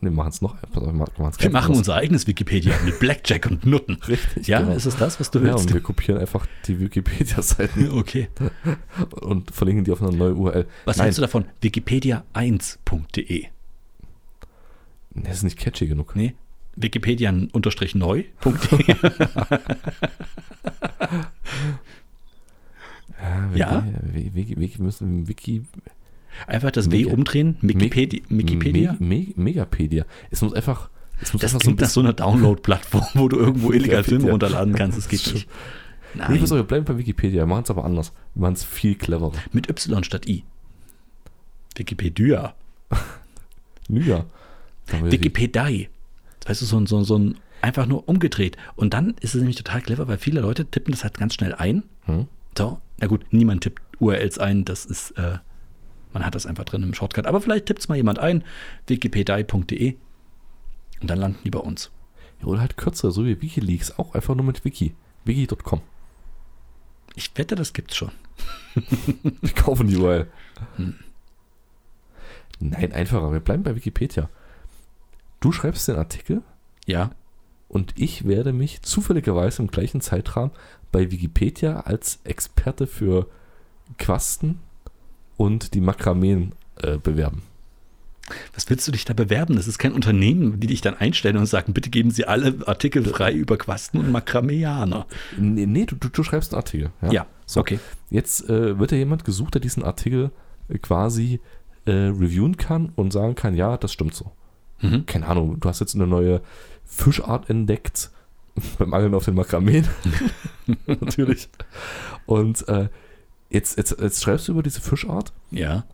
Speaker 1: wir machen es noch, pass auf, wir machen es
Speaker 2: Wir machen unser eigenes Wikipedia mit Blackjack und Nutten.
Speaker 1: Richtig,
Speaker 2: Ja,
Speaker 1: genau.
Speaker 2: ist es das, was du
Speaker 1: Ja,
Speaker 2: willst?
Speaker 1: und wir kopieren einfach die Wikipedia-Seiten
Speaker 2: okay.
Speaker 1: und verlinken die auf eine neue URL.
Speaker 2: Was
Speaker 1: Nein,
Speaker 2: hältst du davon? Wikipedia1.de.
Speaker 1: Das ist nicht catchy genug.
Speaker 2: Nee, Wikipedia-neu.de.
Speaker 1: Ja,
Speaker 2: Ja.
Speaker 1: Wiki, Wiki, Wiki, müssen, Wiki,
Speaker 2: Einfach das W
Speaker 1: Mega- Mhm.
Speaker 2: umdrehen. Wikipedia. Wikipedia.
Speaker 1: Me Me Megapedia. Es muss einfach. Es muss
Speaker 2: Das
Speaker 1: einfach so ein
Speaker 2: klingt nach so einer Download-Plattform, wo du irgendwo illegal
Speaker 1: Wikipedia.
Speaker 2: Filme runterladen kannst. Das geht nicht.
Speaker 1: bisschen. Nee, pass
Speaker 2: Nein,
Speaker 1: auf, wir bleiben bei Wikipedia. Wir machen es aber anders. Wir machen es viel cleverer.
Speaker 2: mit Y statt I. Wikipedia.
Speaker 1: Nüger.
Speaker 2: Wikipedai. Weißt du, so ein, so, ein- so ein einfach nur umgedreht. Und dann ist es nämlich total clever, weil viele Leute tippen das halt ganz schnell ein.
Speaker 1: Hm?
Speaker 2: So, na gut, niemand tippt URLs ein, das ist, äh, man hat das einfach drin im Shortcut. Aber vielleicht tippt es mal jemand ein, wikipedia.de und dann landen die bei uns.
Speaker 1: Ja, Oder halt kürzer, so wie Wikileaks. Auch einfach nur mit Wiki. Wiki.com.
Speaker 2: Ich wette, das gibt's schon.
Speaker 1: Wir kaufen die URL.
Speaker 2: Hm.
Speaker 1: Nein, einfacher. Wir bleiben bei Wikipedia. Du schreibst den Artikel
Speaker 2: Ja,
Speaker 1: und ich werde mich zufälligerweise im gleichen Zeitrahmen bei Wikipedia als Experte für Quasten und die Makrameen äh, bewerben.
Speaker 2: was willst du dich da bewerben? Das ist kein Unternehmen, die dich dann einstellen und sagen, bitte geben Sie alle Artikel frei über Quasten und Makrameaner.
Speaker 1: Nee, nee du, du, du schreibst einen Artikel.
Speaker 2: Ja,
Speaker 1: So.
Speaker 2: okay.
Speaker 1: Jetzt äh, wird ja jemand gesucht, der diesen Artikel äh, quasi äh, reviewen kann und sagen kann, ja, das stimmt so.
Speaker 2: Mhm.
Speaker 1: Keine Ahnung, du hast jetzt eine neue Fischart entdeckt beim Angeln auf den Makrameen. Natürlich. Und äh, jetzt, jetzt, jetzt schreibst du über diese Fischart
Speaker 2: Ja,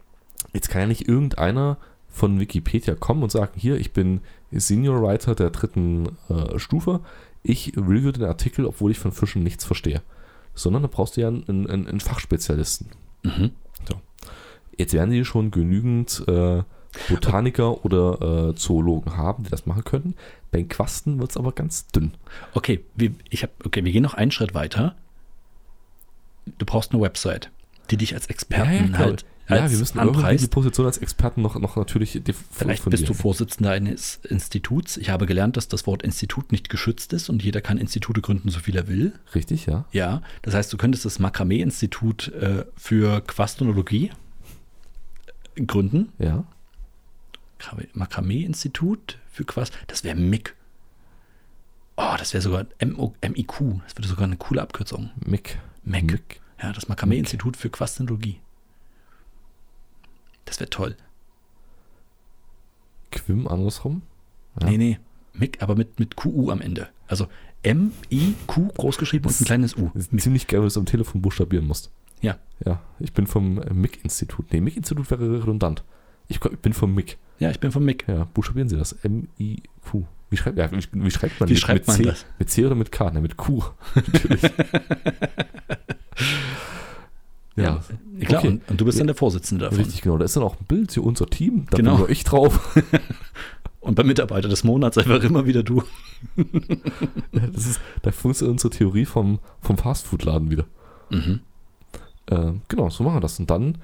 Speaker 1: Jetzt kann ja nicht irgendeiner von Wikipedia kommen und sagen, hier, ich bin Senior Writer der dritten äh, Stufe, ich review den Artikel, obwohl ich von Fischen nichts verstehe. Sondern da brauchst du ja einen, einen, einen Fachspezialisten.
Speaker 2: mhm.
Speaker 1: Jetzt werden die schon genügend äh, Botaniker oder äh, Zoologen haben, die das machen könnten. Bei den Quasten wird es aber ganz dünn.
Speaker 2: okay, wir, ich hab, okay, wir gehen noch einen Schritt weiter. Du brauchst eine Website, die dich als Experten
Speaker 1: klar.
Speaker 2: halt
Speaker 1: ja,
Speaker 2: als
Speaker 1: wir müssen irgendwie die Position als Experten noch, noch natürlich def-
Speaker 2: Vielleicht bist du
Speaker 1: fundieren.
Speaker 2: Vorsitzender eines Instituts. Ich habe gelernt, dass das Wort Institut nicht geschützt ist und jeder kann Institute gründen, so viel er will.
Speaker 1: Richtig, ja.
Speaker 2: Ja, das heißt, du könntest das Makramee-Institut äh, für Quastonologie gründen.
Speaker 1: Ja.
Speaker 2: Kra- Makramee-Institut für Quast. Das wäre MIC. Oh, das wäre sogar MO MIQ. Das wäre sogar eine coole Abkürzung.
Speaker 1: Mick.
Speaker 2: Mac.
Speaker 1: Mick.
Speaker 2: Ja, das Makramee-Institut für Quastonologie. Das wäre toll.
Speaker 1: Quim andersrum. Ja.
Speaker 2: Nee, nee. Mick, aber mit, mit QU am Ende. Also M, I, Q großgeschrieben und ein kleines U.
Speaker 1: Das ist ziemlich geil, wenn du es am Telefon buchstabieren musst.
Speaker 2: Ja.
Speaker 1: Ja, ich bin vom äh, MIG-Institut. Nee, MIG-Institut wäre redundant. Ich ko- ich bin vom MIG.
Speaker 2: Ja, ich bin von Mick.
Speaker 1: Ja, buchstabieren Sie das. M-I-Q. Wie schreibt, ja, wie, wie schreibt man
Speaker 2: Wie
Speaker 1: mit-
Speaker 2: schreibt
Speaker 1: mit
Speaker 2: man
Speaker 1: C,
Speaker 2: das?
Speaker 1: Mit C oder mit K? Ne, mit Q. Natürlich. ja.
Speaker 2: Klar,
Speaker 1: Okay.
Speaker 2: und, und du bist dann der Vorsitzende davon.
Speaker 1: Richtig, genau. Da ist dann auch ein Bild hier, unser Team. Da
Speaker 2: Genau.
Speaker 1: bin nur ich drauf.
Speaker 2: Und beim Mitarbeiter des Monats einfach immer wieder du.
Speaker 1: Das ist, da funktioniert unsere Theorie vom, vom Fastfood-Laden wieder.
Speaker 2: Mhm.
Speaker 1: Ähm, genau, so machen wir das. Und dann,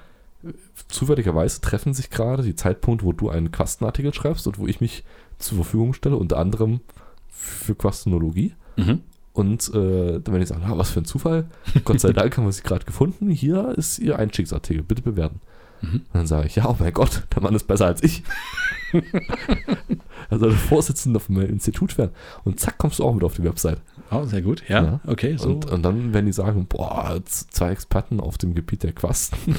Speaker 1: äh, zufälligerweise treffen sich gerade die Zeitpunkte, wo du einen Quastenartikel schreibst und wo ich mich zur Verfügung stelle, unter anderem für Quastenologie.
Speaker 2: Mhm.
Speaker 1: Und äh, dann werde ich sagen, na, was für ein Zufall. Gott sei Dank haben wir sie gerade gefunden. Hier ist ihr Einstiegsartikel, bitte bewerten.
Speaker 2: Mhm.
Speaker 1: Und dann sage ich, ja, oh mein Gott, der Mann ist besser als ich. also der Vorsitzende von meinem Institut werden. Und zack, kommst du auch mit auf die Website.
Speaker 2: Oh, sehr gut. Ja,
Speaker 1: Ja.
Speaker 2: okay. So.
Speaker 1: Und, und dann werden die sagen, boah, z- zwei Experten auf dem Gebiet der Quasten.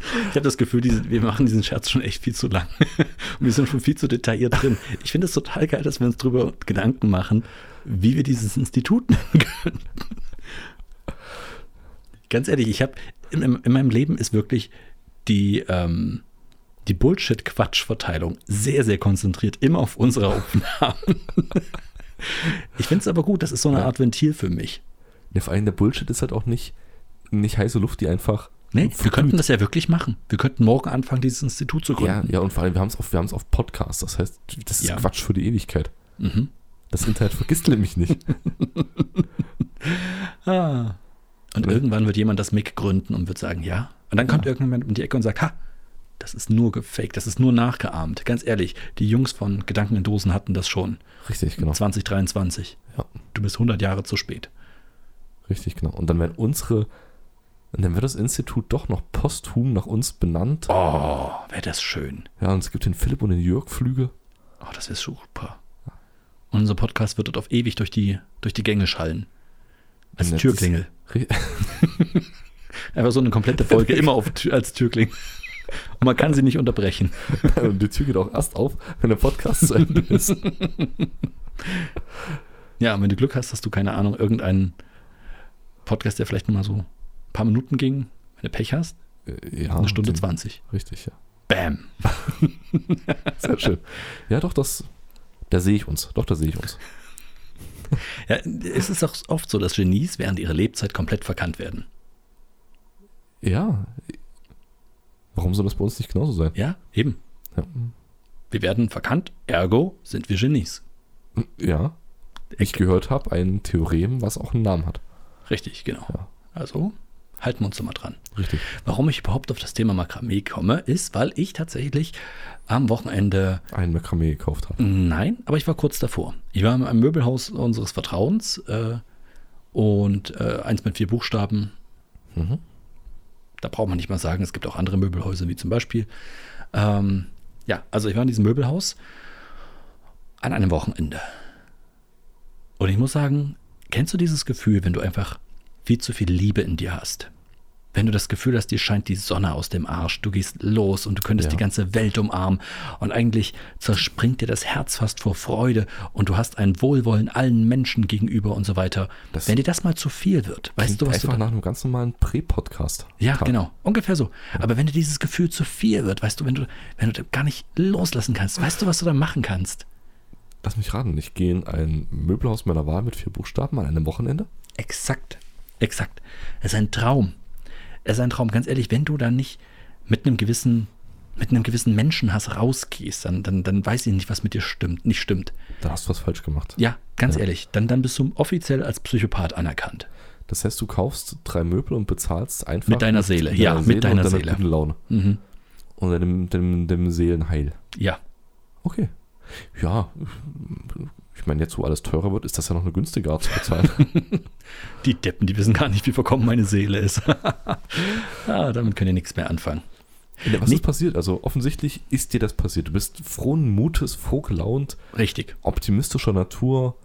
Speaker 2: ich habe das Gefühl, diesen, wir machen diesen Scherz schon echt viel zu lang. Und wir sind schon viel zu detailliert drin. Ich finde es total geil, dass wir uns darüber Gedanken machen, wie wir dieses Institut nennen können. Ganz ehrlich, ich habe in, in in meinem Leben ist wirklich die, ähm, die Bullshit-Quatsch-Verteilung sehr, sehr konzentriert, immer auf unsere Aufnahmen. ich finde es aber gut, das ist so eine
Speaker 1: Ja.
Speaker 2: Art Ventil für mich.
Speaker 1: Ja, vor allem der Bullshit ist halt auch nicht, nicht heiße Luft, die einfach.
Speaker 2: Nee, Ne? wir
Speaker 1: verglüht.
Speaker 2: könnten das ja wirklich machen. Wir könnten morgen anfangen, dieses Institut zu
Speaker 1: Ja,
Speaker 2: gründen.
Speaker 1: ja, und vor allem, wir haben es auf, wir haben's auf Podcast. Das heißt, das ist
Speaker 2: Ja.
Speaker 1: Quatsch für die Ewigkeit.
Speaker 2: Mhm.
Speaker 1: Das Internet vergisst nämlich nicht.
Speaker 2: Ah. Und
Speaker 1: Ja.
Speaker 2: irgendwann wird jemand das Mic gründen und wird sagen, ja. Und dann kommt irgendjemand um die Ecke und sagt, ha, das ist nur gefaked, das ist nur nachgeahmt. Ganz ehrlich, die Jungs von Gedanken in Dosen hatten das schon.
Speaker 1: Richtig, genau.
Speaker 2: 2023.
Speaker 1: Ja.
Speaker 2: Du bist 100 Jahre zu spät.
Speaker 1: Richtig, genau. Und dann werden unsere. Und dann wird das Institut doch noch posthum nach uns benannt.
Speaker 2: Oh, wäre das schön.
Speaker 1: Ja, und es gibt den Philipp und den Jörg Flüge.
Speaker 2: Oh, das wäre super. Und unser Podcast wird dort auf ewig durch die, durch die Gänge schallen. Als
Speaker 1: Und jetzt-
Speaker 2: Türklingel.
Speaker 1: Ri-
Speaker 2: Einfach so eine komplette Folge immer auf, Tür- als Türklingel. Und man kann sie nicht unterbrechen.
Speaker 1: Und die Tür geht auch erst auf, wenn der Podcast zu Ende ist.
Speaker 2: Ja, und wenn du Glück hast, hast du keine Ahnung, irgendeinen Podcast, der vielleicht nur mal so ein paar Minuten ging. Wenn du Pech hast,
Speaker 1: Äh, Ja,
Speaker 2: eine Stunde
Speaker 1: den-
Speaker 2: 20.
Speaker 1: Richtig, ja.
Speaker 2: Bam.
Speaker 1: Sehr schön. Ja, doch, das. Da sehe ich uns. Doch, da sehe ich uns.
Speaker 2: Ja, es ist auch oft so, dass Genies während ihrer Lebzeit komplett verkannt werden.
Speaker 1: Ja. Warum soll das bei uns nicht genauso sein?
Speaker 2: Ja, eben.
Speaker 1: Ja.
Speaker 2: Wir werden verkannt, ergo sind wir Genies.
Speaker 1: Ja. Ich gehört habe, ein Theorem, was auch einen Namen hat.
Speaker 2: Richtig, genau.
Speaker 1: Ja.
Speaker 2: Also halten wir uns immer dran.
Speaker 1: Richtig.
Speaker 2: Warum ich überhaupt auf das Thema Makramee komme, ist, weil ich tatsächlich am Wochenende
Speaker 1: Ein Makramee gekauft habe.
Speaker 2: Nein, aber ich war kurz davor. Ich war im Möbelhaus unseres Vertrauens äh, und äh, eins mit vier Buchstaben.
Speaker 1: Mhm.
Speaker 2: Da braucht man nicht mal sagen, es gibt auch andere Möbelhäuser, wie zum Beispiel. Ähm, ja, also ich war in diesem Möbelhaus an einem Wochenende. Und ich muss sagen, kennst du dieses Gefühl, wenn du einfach viel zu viel Liebe in dir hast? Wenn du das Gefühl hast, dir scheint die Sonne aus dem Arsch, du gehst los und du könntest
Speaker 1: Ja.
Speaker 2: die ganze Welt umarmen und eigentlich zerspringt dir das Herz fast vor Freude und du hast ein Wohlwollen allen Menschen gegenüber und so weiter.
Speaker 1: Das
Speaker 2: wenn dir das mal zu viel wird, weißt
Speaker 1: Klingt
Speaker 2: du, was du
Speaker 1: einfach nach einem ganz normalen Prä-Podcast.
Speaker 2: ja,
Speaker 1: Tag.
Speaker 2: genau. Ungefähr so. Aber wenn dir dieses Gefühl zu viel wird, weißt du, wenn du, wenn du da gar nicht loslassen kannst, weißt du, was du da machen kannst?
Speaker 1: Lass mich raten. Ich gehe in ein Möbelhaus meiner Wahl mit vier Buchstaben an einem Wochenende.
Speaker 2: Exakt. Exakt. Es ist ein Traum. Es ist ein Traum. Ganz ehrlich, wenn du da nicht mit einem gewissen, mit einem gewissen Menschenhass rausgehst, dann, dann, dann weiß ich nicht, was mit dir stimmt, nicht stimmt.
Speaker 1: Da hast du was falsch gemacht.
Speaker 2: Ja, ganz
Speaker 1: Ja.
Speaker 2: ehrlich, dann, dann bist du offiziell als Psychopath anerkannt.
Speaker 1: Das heißt, du kaufst drei Möbel und bezahlst einfach.
Speaker 2: Mit deiner Seele. Ja, mit deiner
Speaker 1: und
Speaker 2: Seele.
Speaker 1: Deiner guten Laune.
Speaker 2: Mhm.
Speaker 1: Und deinem, dem, dem Seelenheil.
Speaker 2: Ja.
Speaker 1: Okay. Ja. Ich meine, jetzt, wo alles teurer wird, ist das ja noch eine günstige Art zu bezahlen.
Speaker 2: Die Deppen, die wissen gar nicht, wie verkommen meine Seele ist. ah, damit können die nichts mehr anfangen.
Speaker 1: Ja, was
Speaker 2: Nee.
Speaker 1: ist passiert? Also offensichtlich ist dir das passiert. Du bist frohen Mutes, froh gelaunt,
Speaker 2: Richtig.
Speaker 1: optimistischer Natur,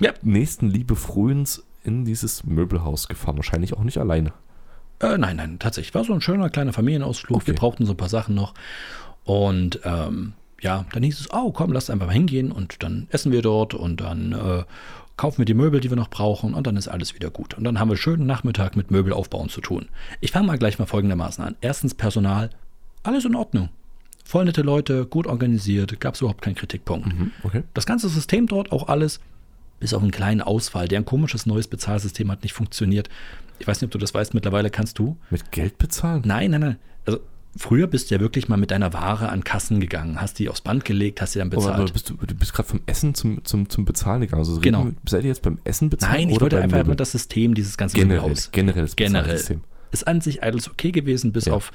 Speaker 2: Ja.
Speaker 1: Nächstenliebe fröhens in dieses Möbelhaus gefahren. Wahrscheinlich auch nicht alleine.
Speaker 2: Äh, nein, nein, tatsächlich. War so ein schöner kleiner Familienausflug. Wir
Speaker 1: Okay.
Speaker 2: brauchten so ein paar Sachen noch. Und ähm, ja, dann hieß es, oh komm, lass einfach mal hingehen und dann essen wir dort und dann äh, kaufen wir die Möbel, die wir noch brauchen und dann ist alles wieder gut. Und dann haben wir einen schönen Nachmittag mit Möbelaufbauen zu tun. Ich fange mal gleich mal folgendermaßen an. Erstens Personal, alles in Ordnung. Voll nette Leute, gut organisiert, gab es überhaupt keinen Kritikpunkt.
Speaker 1: Mhm. Okay.
Speaker 2: Das ganze System dort, auch alles, bis auf einen kleinen Ausfall. Deren komisches neues Bezahlsystem hat nicht funktioniert. Ich weiß nicht, ob du das weißt, mittlerweile kannst du.
Speaker 1: Mit Geld bezahlen?
Speaker 2: Nein, nein, nein. Also früher bist du ja wirklich mal mit deiner Ware an Kassen gegangen, hast die aufs Band gelegt, hast sie dann
Speaker 1: Oder,
Speaker 2: bezahlt.
Speaker 1: bist du, du bist gerade vom Essen zum, zum, zum Bezahlen gegangen. Also
Speaker 2: Genau.
Speaker 1: reden wir- Seid ihr jetzt beim Essen bezahlt?
Speaker 2: Nein, ich
Speaker 1: oder
Speaker 2: wollte
Speaker 1: beim
Speaker 2: einfach mal
Speaker 1: Leben?
Speaker 2: das System, dieses ganze
Speaker 1: generell,
Speaker 2: System
Speaker 1: generelles
Speaker 2: Generell.
Speaker 1: Bezahlsystem.
Speaker 2: Ist an sich alles okay gewesen, bis
Speaker 1: Ja.
Speaker 2: auf,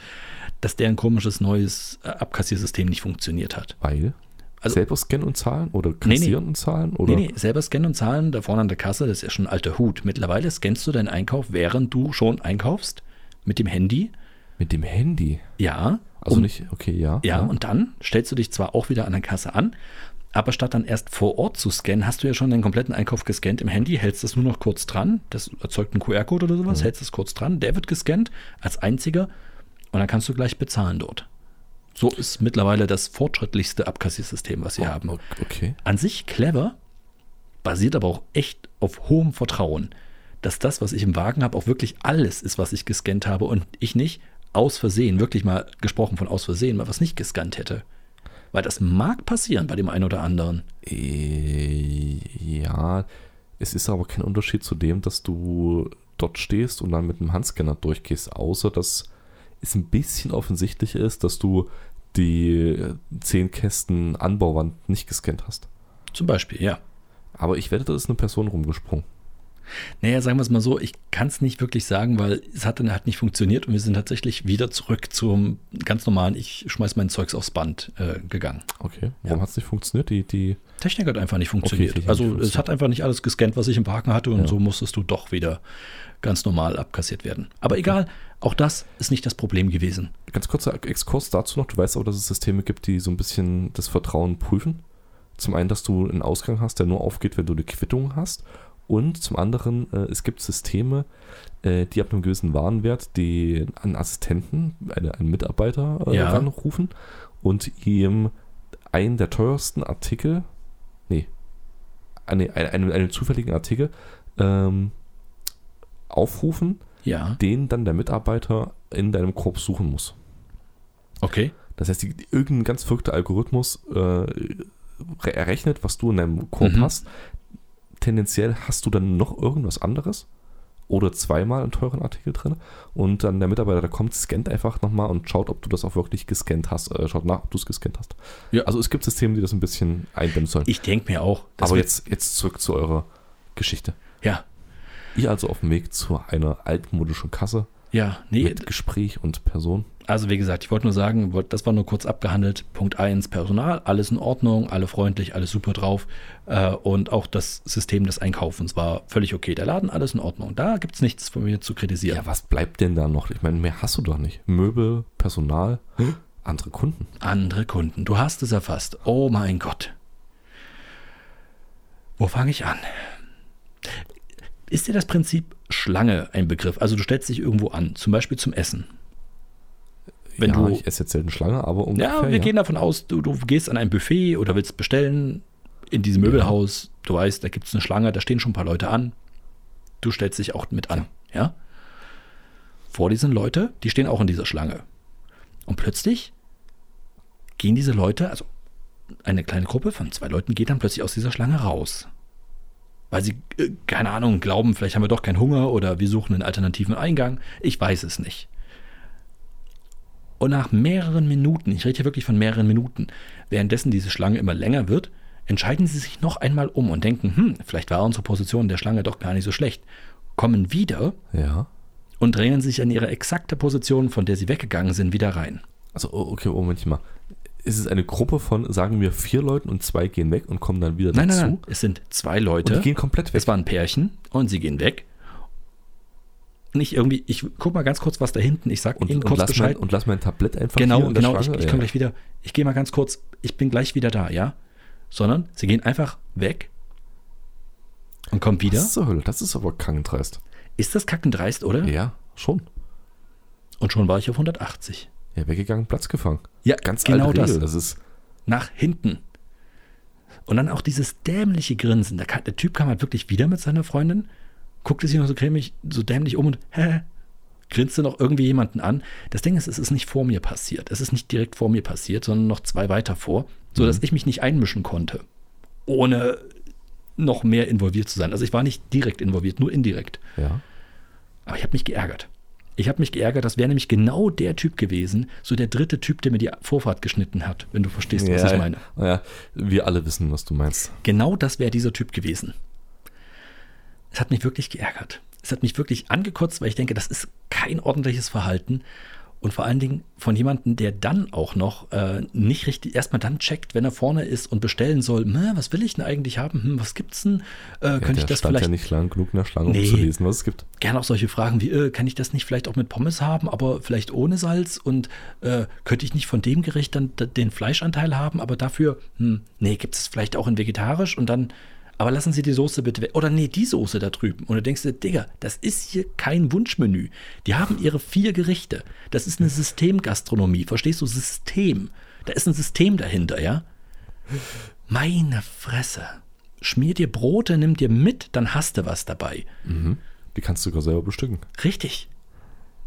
Speaker 2: dass deren komisches neues äh, Abkassiersystem nicht funktioniert hat.
Speaker 1: Weil?
Speaker 2: Also-
Speaker 1: selber scannen und zahlen? Oder
Speaker 2: nee.
Speaker 1: kassieren und zahlen? Oder?
Speaker 2: Nee, nee, selber scannen und zahlen, da vorne an der Kasse, das ist ja schon ein alter Hut. Mittlerweile scannst du deinen Einkauf, während du schon einkaufst, mit dem Handy.
Speaker 1: Mit dem Handy?
Speaker 2: Ja.
Speaker 1: Also
Speaker 2: um-
Speaker 1: nicht, okay, ja.
Speaker 2: Ja, und dann stellst du dich zwar auch wieder an der Kasse an, aber statt dann erst vor Ort zu scannen, hast du ja schon deinen kompletten Einkauf gescannt im Handy, hältst das nur noch kurz dran, das erzeugt einen QR-Code oder
Speaker 1: Mhm.
Speaker 2: sowas, hältst es kurz dran, der wird gescannt als einziger und dann kannst du gleich bezahlen dort. So ist mittlerweile das fortschrittlichste Abkassiersystem, was sie
Speaker 1: Oh.
Speaker 2: haben.
Speaker 1: Okay.
Speaker 2: An sich clever, basiert aber auch echt auf hohem Vertrauen, dass das, was ich im Wagen habe, auch wirklich alles ist, was ich gescannt habe und ich nicht aus Versehen, wirklich mal gesprochen von aus Versehen, mal was nicht gescannt hätte. Weil das mag passieren bei dem einen oder anderen.
Speaker 1: Äh, ja, es ist aber kein Unterschied zu dem, dass du dort stehst und dann mit einem Handscanner durchgehst, außer dass es ein bisschen offensichtlich ist, dass du die äh, zehn Kästen Anbauwand nicht gescannt hast.
Speaker 2: Zum Beispiel, ja.
Speaker 1: Aber ich wette, da ist eine Person rumgesprungen.
Speaker 2: Naja, sagen wir es mal so, ich kann es nicht wirklich sagen, weil es hat dann halt nicht funktioniert und wir sind tatsächlich wieder zurück zum ganz normalen, ich schmeiß mein Zeugs aufs Band äh, gegangen.
Speaker 1: Okay. Warum hat es nicht funktioniert? Die, die,
Speaker 2: Technik hat einfach nicht funktioniert.
Speaker 1: Okay, Technik
Speaker 2: also
Speaker 1: funktioniert.
Speaker 2: es hat einfach nicht alles gescannt, was ich im Wagen hatte und
Speaker 1: Ja.
Speaker 2: so musstest du doch wieder ganz normal abkassiert werden. Aber egal, auch das ist nicht das Problem gewesen.
Speaker 1: ganz kurzer Exkurs dazu noch. Du weißt auch, dass es Systeme gibt, die so ein bisschen das Vertrauen prüfen. Zum einen, dass du einen Ausgang hast, der nur aufgeht, wenn du eine Quittung hast. Und zum anderen, äh, es gibt Systeme, äh, die ab einem gewissen Warenwert die einen Assistenten, eine, einen Mitarbeiter äh,
Speaker 2: Ja.
Speaker 1: ranrufen und ihm einen der teuersten Artikel, nee, eine, eine, einen, einen zufälligen Artikel ähm, aufrufen,
Speaker 2: Ja,
Speaker 1: den dann der Mitarbeiter in deinem Korb suchen muss.
Speaker 2: okay.
Speaker 1: Das heißt, die, die, irgendein ganz verrückter Algorithmus äh, re- errechnet, was du in deinem Korb
Speaker 2: Mhm.
Speaker 1: hast. Tendenziell hast du dann noch irgendwas anderes oder zweimal einen teuren Artikel drin und dann der Mitarbeiter, der kommt, scannt einfach nochmal und schaut, ob du das auch wirklich gescannt hast. Äh, schaut nach, ob du es gescannt hast.
Speaker 2: Ja.
Speaker 1: Also es gibt Systeme, die das ein bisschen eindämmen sollen.
Speaker 2: Ich denke mir auch, dass
Speaker 1: Aber
Speaker 2: wir-
Speaker 1: jetzt, jetzt zurück zu eurer Geschichte.
Speaker 2: ja,
Speaker 1: Ihr also auf dem Weg zu einer altmodischen Kasse
Speaker 2: ja, nee,
Speaker 1: mit Gespräch und Person.
Speaker 2: also wie gesagt, ich wollte nur sagen, wollt- das war nur kurz abgehandelt. Punkt 1, Personal, alles in Ordnung, alle freundlich, alles super drauf. Äh, und auch das System des Einkaufens war völlig okay. Der Laden, alles in Ordnung. Da gibt es nichts von mir zu kritisieren.
Speaker 1: Ja, was bleibt denn da noch? Ich meine, mehr hast du doch nicht. Möbel, Personal, andere Kunden.
Speaker 2: andere Kunden. Du hast es erfasst. Oh mein Gott. Wo fange ich an? Ist dir das Prinzip Schlange ein Begriff? Also du stellst dich irgendwo an, zum Beispiel zum Essen. Wenn
Speaker 1: ja,
Speaker 2: du-
Speaker 1: ich esse jetzt selten Schlange, aber ungefähr.
Speaker 2: Ja, wir gehen davon aus, du, du gehst an ein Buffet oder willst bestellen in diesem Möbelhaus. Du weißt, da gibt es eine Schlange, da stehen schon ein paar Leute an. Du stellst dich auch mit an. Ja. Vor dir sind Leute, die stehen auch in dieser Schlange. Und plötzlich gehen diese Leute, also eine kleine Gruppe von zwei Leuten, geht dann plötzlich aus dieser Schlange raus. Weil sie, äh, keine Ahnung, glauben, vielleicht haben wir doch keinen Hunger oder wir suchen einen alternativen Eingang. Ich weiß es nicht. Und nach mehreren Minuten, ich rede hier wirklich von mehreren Minuten, währenddessen diese Schlange immer länger wird, entscheiden sie sich noch einmal um und denken, hm, vielleicht war unsere Position in der Schlange doch gar nicht so schlecht. Kommen wieder
Speaker 1: Ja.
Speaker 2: und drehen sich an ihre exakte Position, von der sie weggegangen sind, wieder rein.
Speaker 1: Also, oh, okay, Moment mal. Ist es eine Gruppe von, sagen wir, vier Leuten und zwei gehen weg und kommen dann wieder
Speaker 2: Nein, nein,
Speaker 1: dazu?
Speaker 2: nein. Es sind zwei
Speaker 1: Und
Speaker 2: Leute.
Speaker 1: die gehen komplett weg.
Speaker 2: Es war ein Pärchen und sie gehen weg. Nicht irgendwie, ich guck mal ganz kurz, was da hinten, ich sag
Speaker 1: Und,
Speaker 2: Ihnen
Speaker 1: und,
Speaker 2: kurz
Speaker 1: lass mein,
Speaker 2: Bescheid.
Speaker 1: und lass mein Tablett einfach
Speaker 2: Genau,
Speaker 1: hier in der
Speaker 2: genau. Ich,
Speaker 1: Schlange.
Speaker 2: ich
Speaker 1: ja.
Speaker 2: komme gleich wieder. Ich gehe mal ganz kurz. Ich bin gleich wieder da, ja? Sondern sie gehen einfach weg und kommen wieder.
Speaker 1: Was zur Hölle? Das ist aber krankendreist.
Speaker 2: Ist das kackendreist, oder?
Speaker 1: Ja, schon.
Speaker 2: Und schon war ich auf 180.
Speaker 1: Ja, weggegangen, Platz gefangen.
Speaker 2: Ja,
Speaker 1: Ganz
Speaker 2: genau
Speaker 1: alte
Speaker 2: das.
Speaker 1: Regel. Das ist,
Speaker 2: Nach hinten. Und dann auch dieses dämliche Grinsen. Der, der Typ kam halt wirklich wieder mit seiner Freundin, guckte sich noch so cremig, so dämlich um und hä? grinste noch irgendwie jemanden an. Das Ding ist, es ist nicht vor mir passiert. Es ist nicht direkt vor mir passiert, sondern noch zwei weiter vor, sodass ich mich nicht einmischen konnte, ohne noch mehr involviert zu sein. Also ich war nicht direkt involviert, nur indirekt.
Speaker 1: Ja.
Speaker 2: Aber ich habe mich geärgert. Ich habe mich geärgert, das wäre nämlich genau der Typ gewesen, so der dritte Typ, der mir die Vorfahrt geschnitten hat, wenn du verstehst, was ich meine.
Speaker 1: Ja, wir alle wissen, was du meinst.
Speaker 2: Genau das wäre dieser Typ gewesen. Es hat mich wirklich geärgert. Es hat mich wirklich angekotzt, weil ich denke, das ist kein ordentliches Verhalten. Und vor allen Dingen von jemandem, der dann auch noch äh, nicht richtig, erstmal dann checkt, wenn er vorne ist und bestellen soll, "Mö, was will ich denn eigentlich haben? Hm, was gibt's denn? Äh, könnte
Speaker 1: der
Speaker 2: ich das
Speaker 1: stand
Speaker 2: vielleicht
Speaker 1: ja nicht lang genug in der Schlange, um
Speaker 2: Nee.
Speaker 1: zu lesen, was es gibt.
Speaker 2: gerne auch solche Fragen wie, äh, kann ich das nicht vielleicht auch mit Pommes haben, aber vielleicht ohne Salz und äh, könnte ich nicht von dem Gericht dann d- den Fleischanteil haben, aber dafür, hm, nee, gibt es vielleicht auch in vegetarisch und dann, aber lassen Sie die Soße bitte weg. Oder nee, die Soße da drüben. Und du denkst dir, Digga, das ist hier kein Wunschmenü. Die haben ihre vier Gerichte. Das ist eine Systemgastronomie, verstehst du? System. Da ist ein System dahinter, ja? Meine Fresse. Schmier dir Brote, nimm dir mit, dann hast du was dabei.
Speaker 1: Die kannst du sogar selber bestücken.
Speaker 2: Richtig.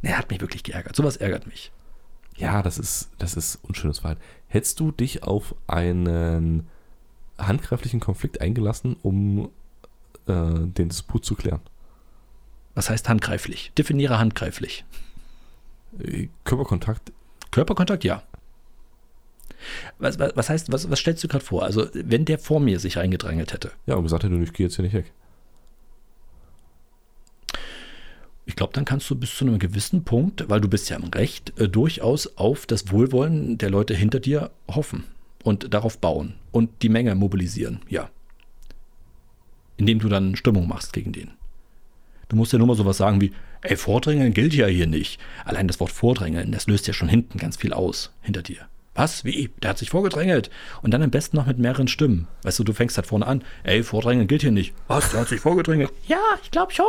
Speaker 2: Er hat mich wirklich geärgert. Sowas ärgert mich.
Speaker 1: Ja, das ist, das ist unschönes Verhalten. Hättest du dich auf einen handgreiflichen Konflikt eingelassen, um äh, den Disput zu klären?
Speaker 2: Was heißt handgreiflich? Definiere handgreiflich.
Speaker 1: Äh, Körperkontakt,
Speaker 2: Körperkontakt, ja. Was, was, was heißt, was, was stellst du gerade vor? Also, wenn der vor mir sich reingedrängelt hätte,
Speaker 1: ja, und gesagt hätte, ich gehe jetzt hier nicht weg.
Speaker 2: ich glaube, dann kannst du bis zu einem gewissen Punkt, weil du bist ja im Recht, äh, durchaus auf das Wohlwollen der Leute hinter dir hoffen und darauf bauen und die Menge mobilisieren, ja. Indem du dann Stimmung machst gegen den. Du musst ja nur mal sowas sagen wie, ey, Vordrängeln gilt ja hier nicht. Allein das Wort Vordrängeln, das löst ja schon hinten ganz viel aus, hinter dir. Was? Wie? Der hat sich vorgedrängelt. Und dann am besten noch mit mehreren Stimmen. Weißt du, du fängst halt vorne an. Ey, Vordrängeln gilt hier nicht. Was? Der hat sich vorgedrängelt. Ja, ich glaube schon.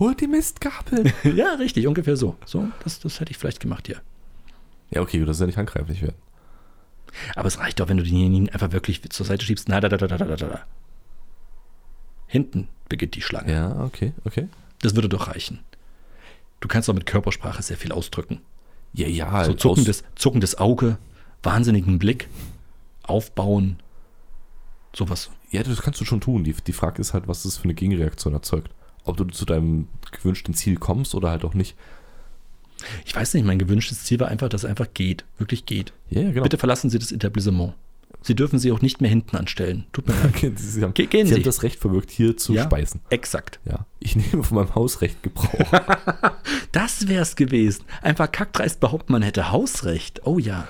Speaker 1: Hol die Mistgabeln!
Speaker 2: Ja, richtig, ungefähr so. So, das, das hätte ich vielleicht gemacht, ja.
Speaker 1: ja, okay, das ist ja nicht handgreiflich werden.
Speaker 2: Aber es reicht doch, wenn du denjenigen einfach wirklich zur Seite schiebst. Na, da, da, da, da, da, da, da. Hinten beginnt die Schlange.
Speaker 1: Ja, okay, okay.
Speaker 2: Das würde doch reichen. Du kannst doch mit Körpersprache sehr viel ausdrücken.
Speaker 1: Ja, halt ja,
Speaker 2: So zuckendes, zuckendes Auge, wahnsinnigen Blick, aufbauen, sowas.
Speaker 1: Ja, das kannst du schon tun. Die, die Frage ist halt, was das für eine Gegenreaktion erzeugt. Ob du zu deinem gewünschten Ziel kommst oder halt auch nicht.
Speaker 2: Ich weiß nicht, mein gewünschtes Ziel war einfach, dass es einfach geht, wirklich geht.
Speaker 1: Ja, ja, genau.
Speaker 2: Bitte verlassen Sie das Etablissement. Sie dürfen sie auch nicht mehr hinten anstellen. Tut mir leid.
Speaker 1: Okay, Sie, Sie haben,
Speaker 2: Ge- gehen
Speaker 1: Sie haben
Speaker 2: Sie.
Speaker 1: das Recht verwirkt, hier zu
Speaker 2: Ja.
Speaker 1: speisen.
Speaker 2: Exakt.
Speaker 1: Ja, ich nehme von meinem Hausrecht Gebrauch.
Speaker 2: Das wär's gewesen. Einfach kackdreist behaupten, man hätte Hausrecht. Oh ja.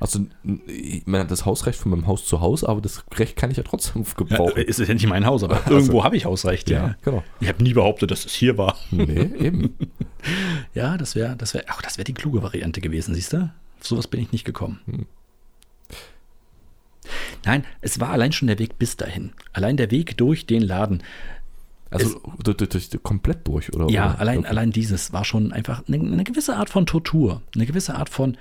Speaker 1: Also, ich meine, das Hausrecht von meinem Haus zu Hause, aber das Recht kann ich ja trotzdem gebrauchen.
Speaker 2: Oh, ist es ja nicht mein Haus, aber irgendwo habe ich Hausrecht, ja.
Speaker 1: Ja, genau.
Speaker 2: Ich habe nie behauptet, dass es hier war.
Speaker 1: nee, eben.
Speaker 2: Ja, das wäre das wär, ach, das wär die kluge Variante gewesen, siehst du? Auf sowas bin ich nicht gekommen. Nein, es war allein schon der Weg bis dahin. Allein der Weg durch den Laden.
Speaker 1: Also, durch, durch, durch, komplett durch, oder?
Speaker 2: Ja,
Speaker 1: oder?
Speaker 2: allein, allein dieses war schon einfach eine, eine gewisse Art von Tortur, eine gewisse Art von,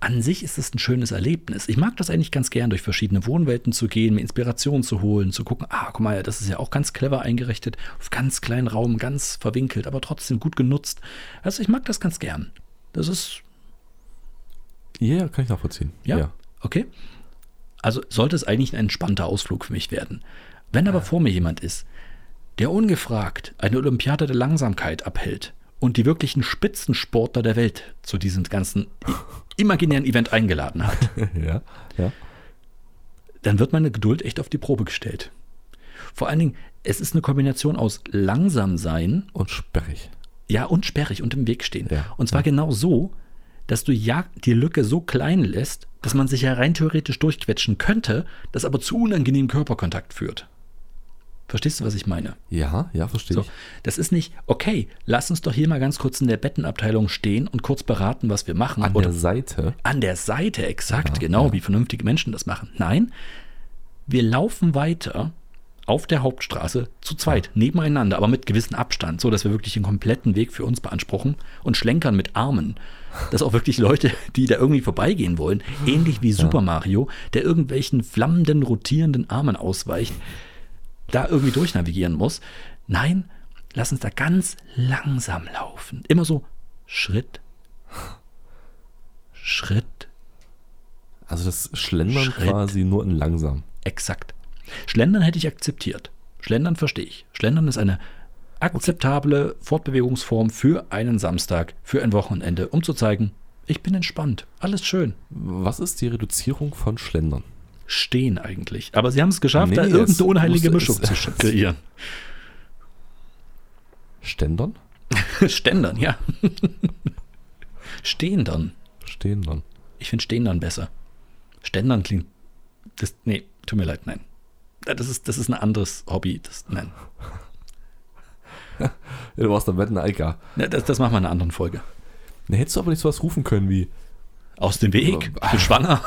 Speaker 2: an sich ist es ein schönes Erlebnis. Ich mag das eigentlich ganz gern, durch verschiedene Wohnwelten zu gehen, mir Inspiration zu holen, zu gucken, ah, guck mal, das ist ja auch ganz clever eingerichtet, auf ganz kleinen Raum, ganz verwinkelt, aber trotzdem gut genutzt. Also ich mag das ganz gern. Das ist,
Speaker 1: Ja, ja, kann ich nachvollziehen.
Speaker 2: ja, okay. Also sollte es eigentlich ein entspannter Ausflug für mich werden. Wenn aber vor mir jemand ist, der ungefragt eine Olympiade der Langsamkeit abhält und die wirklichen Spitzensportler der Welt zu diesem ganzen i- imaginären Event eingeladen hat,
Speaker 1: Ja, ja. ja.
Speaker 2: dann wird meine Geduld echt auf die Probe gestellt. Vor allen Dingen, es ist eine Kombination aus langsam sein
Speaker 1: Und sperrig.
Speaker 2: ja, und sperrig und im Weg stehen.
Speaker 1: Ja.
Speaker 2: Und zwar genau so, dass du ja die Lücke so klein lässt, dass man sich ja rein theoretisch durchquetschen könnte, das aber zu unangenehmem Körperkontakt führt. Verstehst du, was ich meine?
Speaker 1: Ja, ja, verstehe
Speaker 2: So,
Speaker 1: ich.
Speaker 2: das ist nicht, okay, lass uns doch hier mal ganz kurz in der Bettenabteilung stehen und kurz beraten, was wir machen.
Speaker 1: An
Speaker 2: Oder
Speaker 1: der Seite.
Speaker 2: an der Seite, exakt, genau, wie vernünftige Menschen das machen. Nein, wir laufen weiter auf der Hauptstraße zu zweit, nebeneinander, aber mit gewissem Abstand, so dass wir wirklich den kompletten Weg für uns beanspruchen und schlenkern mit Armen. Dass auch wirklich Leute, die da irgendwie vorbeigehen wollen, ähnlich wie Super Mario, der irgendwelchen flammenden, rotierenden Armen ausweicht, da irgendwie durchnavigieren muss. Nein, lass uns da ganz langsam laufen. Immer so Schritt. Schritt.
Speaker 1: Also das Schlendern
Speaker 2: Schritt.
Speaker 1: quasi nur in langsam.
Speaker 2: Exakt. Schlendern hätte ich akzeptiert. Schlendern verstehe ich. Schlendern ist eine akzeptable Fortbewegungsform für einen Samstag, für ein Wochenende, um zu zeigen, ich bin entspannt. Alles schön.
Speaker 1: Was ist die Reduzierung von Schlendern?
Speaker 2: Stehen eigentlich. Aber sie haben es geschafft,
Speaker 1: Nee,
Speaker 2: da
Speaker 1: es
Speaker 2: irgendeine unheilige
Speaker 1: muss- es-
Speaker 2: Mischung zu kreieren.
Speaker 1: Ständern?
Speaker 2: Ständern, ja. Stehndern.
Speaker 1: Stehndern.
Speaker 2: Ich finde Stehndern besser. Ständern klingt. Das, nee, tut mir leid, nein. Das ist, das ist ein anderes Hobby. Das, nein.
Speaker 1: Ja, du warst am Wetten, na, egal.
Speaker 2: Na, Das, das machen wir in einer anderen Folge.
Speaker 1: Na, hättest du aber nicht sowas rufen können wie,
Speaker 2: Aus dem Weg. Ich bin schwanger.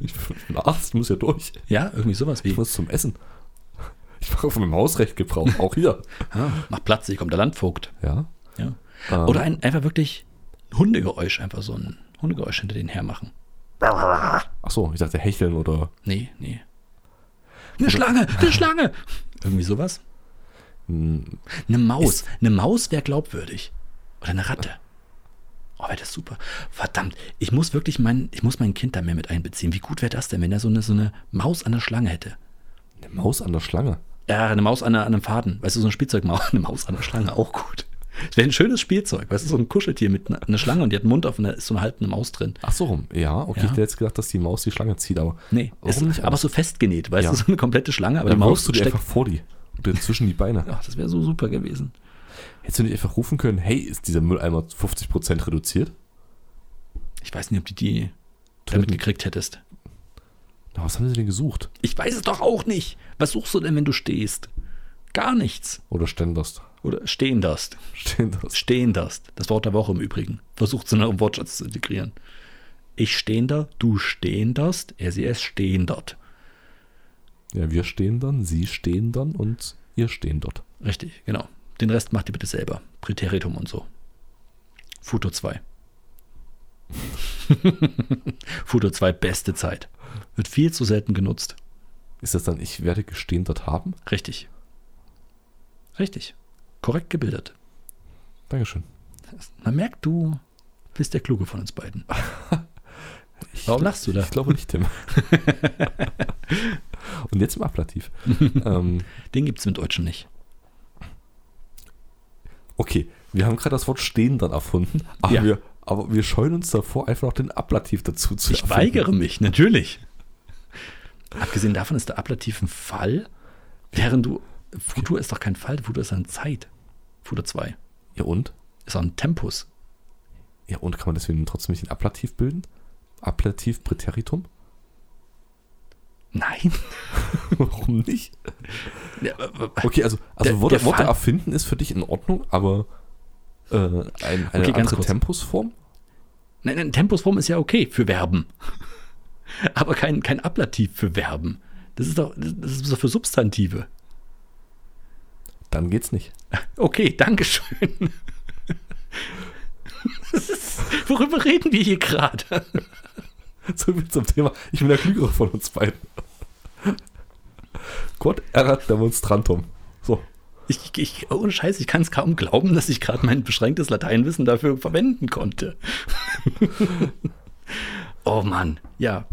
Speaker 1: ich bin Arzt, muss ja durch.
Speaker 2: Ja, irgendwie sowas wie.
Speaker 1: Ich muss zum Essen. Ich mache von meinem Hausrecht Gebrauch, auch hier.
Speaker 2: Ah, mach Platz, hier kommt der Landvogt.
Speaker 1: Ja.
Speaker 2: Ja.
Speaker 1: Ähm,
Speaker 2: Oder ein, einfach wirklich ein Hundegeräusch, einfach so ein Hundegeräusch hinter denen hermachen.
Speaker 1: Ach so, ich dachte hecheln oder.
Speaker 2: Nee, nee. Eine Schlange, eine Schlange. Also- Irgendwie sowas.
Speaker 1: Hm,
Speaker 2: Eine Maus. Eine Maus wäre glaubwürdig. Oder eine Ratte. Oh, wäre das super. Verdammt, ich muss wirklich mein, ich muss mein Kind da mehr mit einbeziehen. Wie gut wäre das denn, wenn er so eine, so eine Maus an der Schlange hätte?
Speaker 1: eine Maus an der Schlange.
Speaker 2: Ja, eine Maus an, einer- an einem Faden. Weißt du, so ein Spielzeugmaus, eine Maus an der Schlange, auch gut. Es wäre ein schönes Spielzeug. Weißt du, so ein Kuscheltier mit einer, einer Schlange und die hat einen Mund auf und da ist so eine halbe Maus drin.
Speaker 1: Ach so rum. Ja, okay,
Speaker 2: Ja.
Speaker 1: ich hätte jetzt gedacht, dass die Maus die Schlange zieht, aber.
Speaker 2: Nee,
Speaker 1: warum
Speaker 2: es,
Speaker 1: nicht?
Speaker 2: aber so festgenäht, weißt
Speaker 1: Ja.
Speaker 2: du, so eine komplette Schlange, aber
Speaker 1: dann
Speaker 2: die Maus
Speaker 1: wirfst du die
Speaker 2: steckt.
Speaker 1: einfach vor die. Und dann zwischen die Beine.
Speaker 2: Ach, das wäre so super gewesen.
Speaker 1: Hättest du nicht einfach rufen können, hey, ist dieser Mülleimer 50% reduziert?
Speaker 2: Ich weiß nicht, ob du die damit
Speaker 1: Töten.
Speaker 2: gekriegt hättest.
Speaker 1: Na, was haben sie denn gesucht?
Speaker 2: Ich weiß es doch auch nicht. Was suchst du denn, wenn du stehst? Gar nichts.
Speaker 1: Oder ständerst?
Speaker 2: Oder stehen darfst.
Speaker 1: Ständerst.
Speaker 2: Stehen darfst. Das Wort der Woche im Übrigen. Versucht es in eurem Wortschatz zu integrieren. Ich stehender, du stehenderst, er sie es stehen dort.
Speaker 1: Ja, wir stehen dann, sie stehen dann und ihr stehen dort.
Speaker 2: Richtig, genau. Den Rest macht ihr bitte selber. Präteritum und so. Futo 2. Futo 2, beste Zeit. Wird viel zu selten genutzt.
Speaker 1: Ist das dann, ich werde gestehen dort haben?
Speaker 2: Richtig. Richtig. Korrekt gebildet.
Speaker 1: Dankeschön.
Speaker 2: Man merkt, du bist der Kluge von uns beiden. Warum lachst du da?
Speaker 1: Ich glaube nicht, Tim. und jetzt im Ablativ. ähm,
Speaker 2: Den gibt es im Deutschen nicht.
Speaker 1: okay, wir haben gerade das Wort stehen dann erfunden, aber,
Speaker 2: Ja.
Speaker 1: wir, aber wir scheuen uns davor, einfach noch den Ablativ dazu zu
Speaker 2: Ich
Speaker 1: erfinden.
Speaker 2: weigere mich, natürlich. Abgesehen davon ist der Ablativ ein Fall, während du. Futur ist doch kein Fall, Futur ist eine Zeit. Futur 2
Speaker 1: Ja und?
Speaker 2: ist auch ein Tempus.
Speaker 1: Ja und, kann man deswegen trotzdem nicht den Ablativ bilden? Ablativ Präteritum?
Speaker 2: Nein.
Speaker 1: Warum nicht?
Speaker 2: Ja, äh,
Speaker 1: Okay, also, also
Speaker 2: Der-
Speaker 1: Worte,
Speaker 2: der
Speaker 1: Worte
Speaker 2: Fall-
Speaker 1: erfinden ist für dich in Ordnung, aber äh, ein, eine
Speaker 2: ganz
Speaker 1: andere
Speaker 2: kurz.
Speaker 1: Tempusform?
Speaker 2: Nein, nein, Tempusform ist ja okay für Verben. Aber kein, kein Ablativ für Verben. Das ist doch, das ist doch für Substantive.
Speaker 1: Dann geht's nicht.
Speaker 2: Okay, Dankeschön. Das ist, worüber reden wir hier gerade?
Speaker 1: So viel zum Thema. Ich bin der Klügere von uns beiden. Gott errat Demonstrantum. So.
Speaker 2: Ich, ich, ohne Scheiß, ich kann es kaum glauben, dass ich gerade mein beschränktes Lateinwissen dafür verwenden konnte. oh Mann, ja,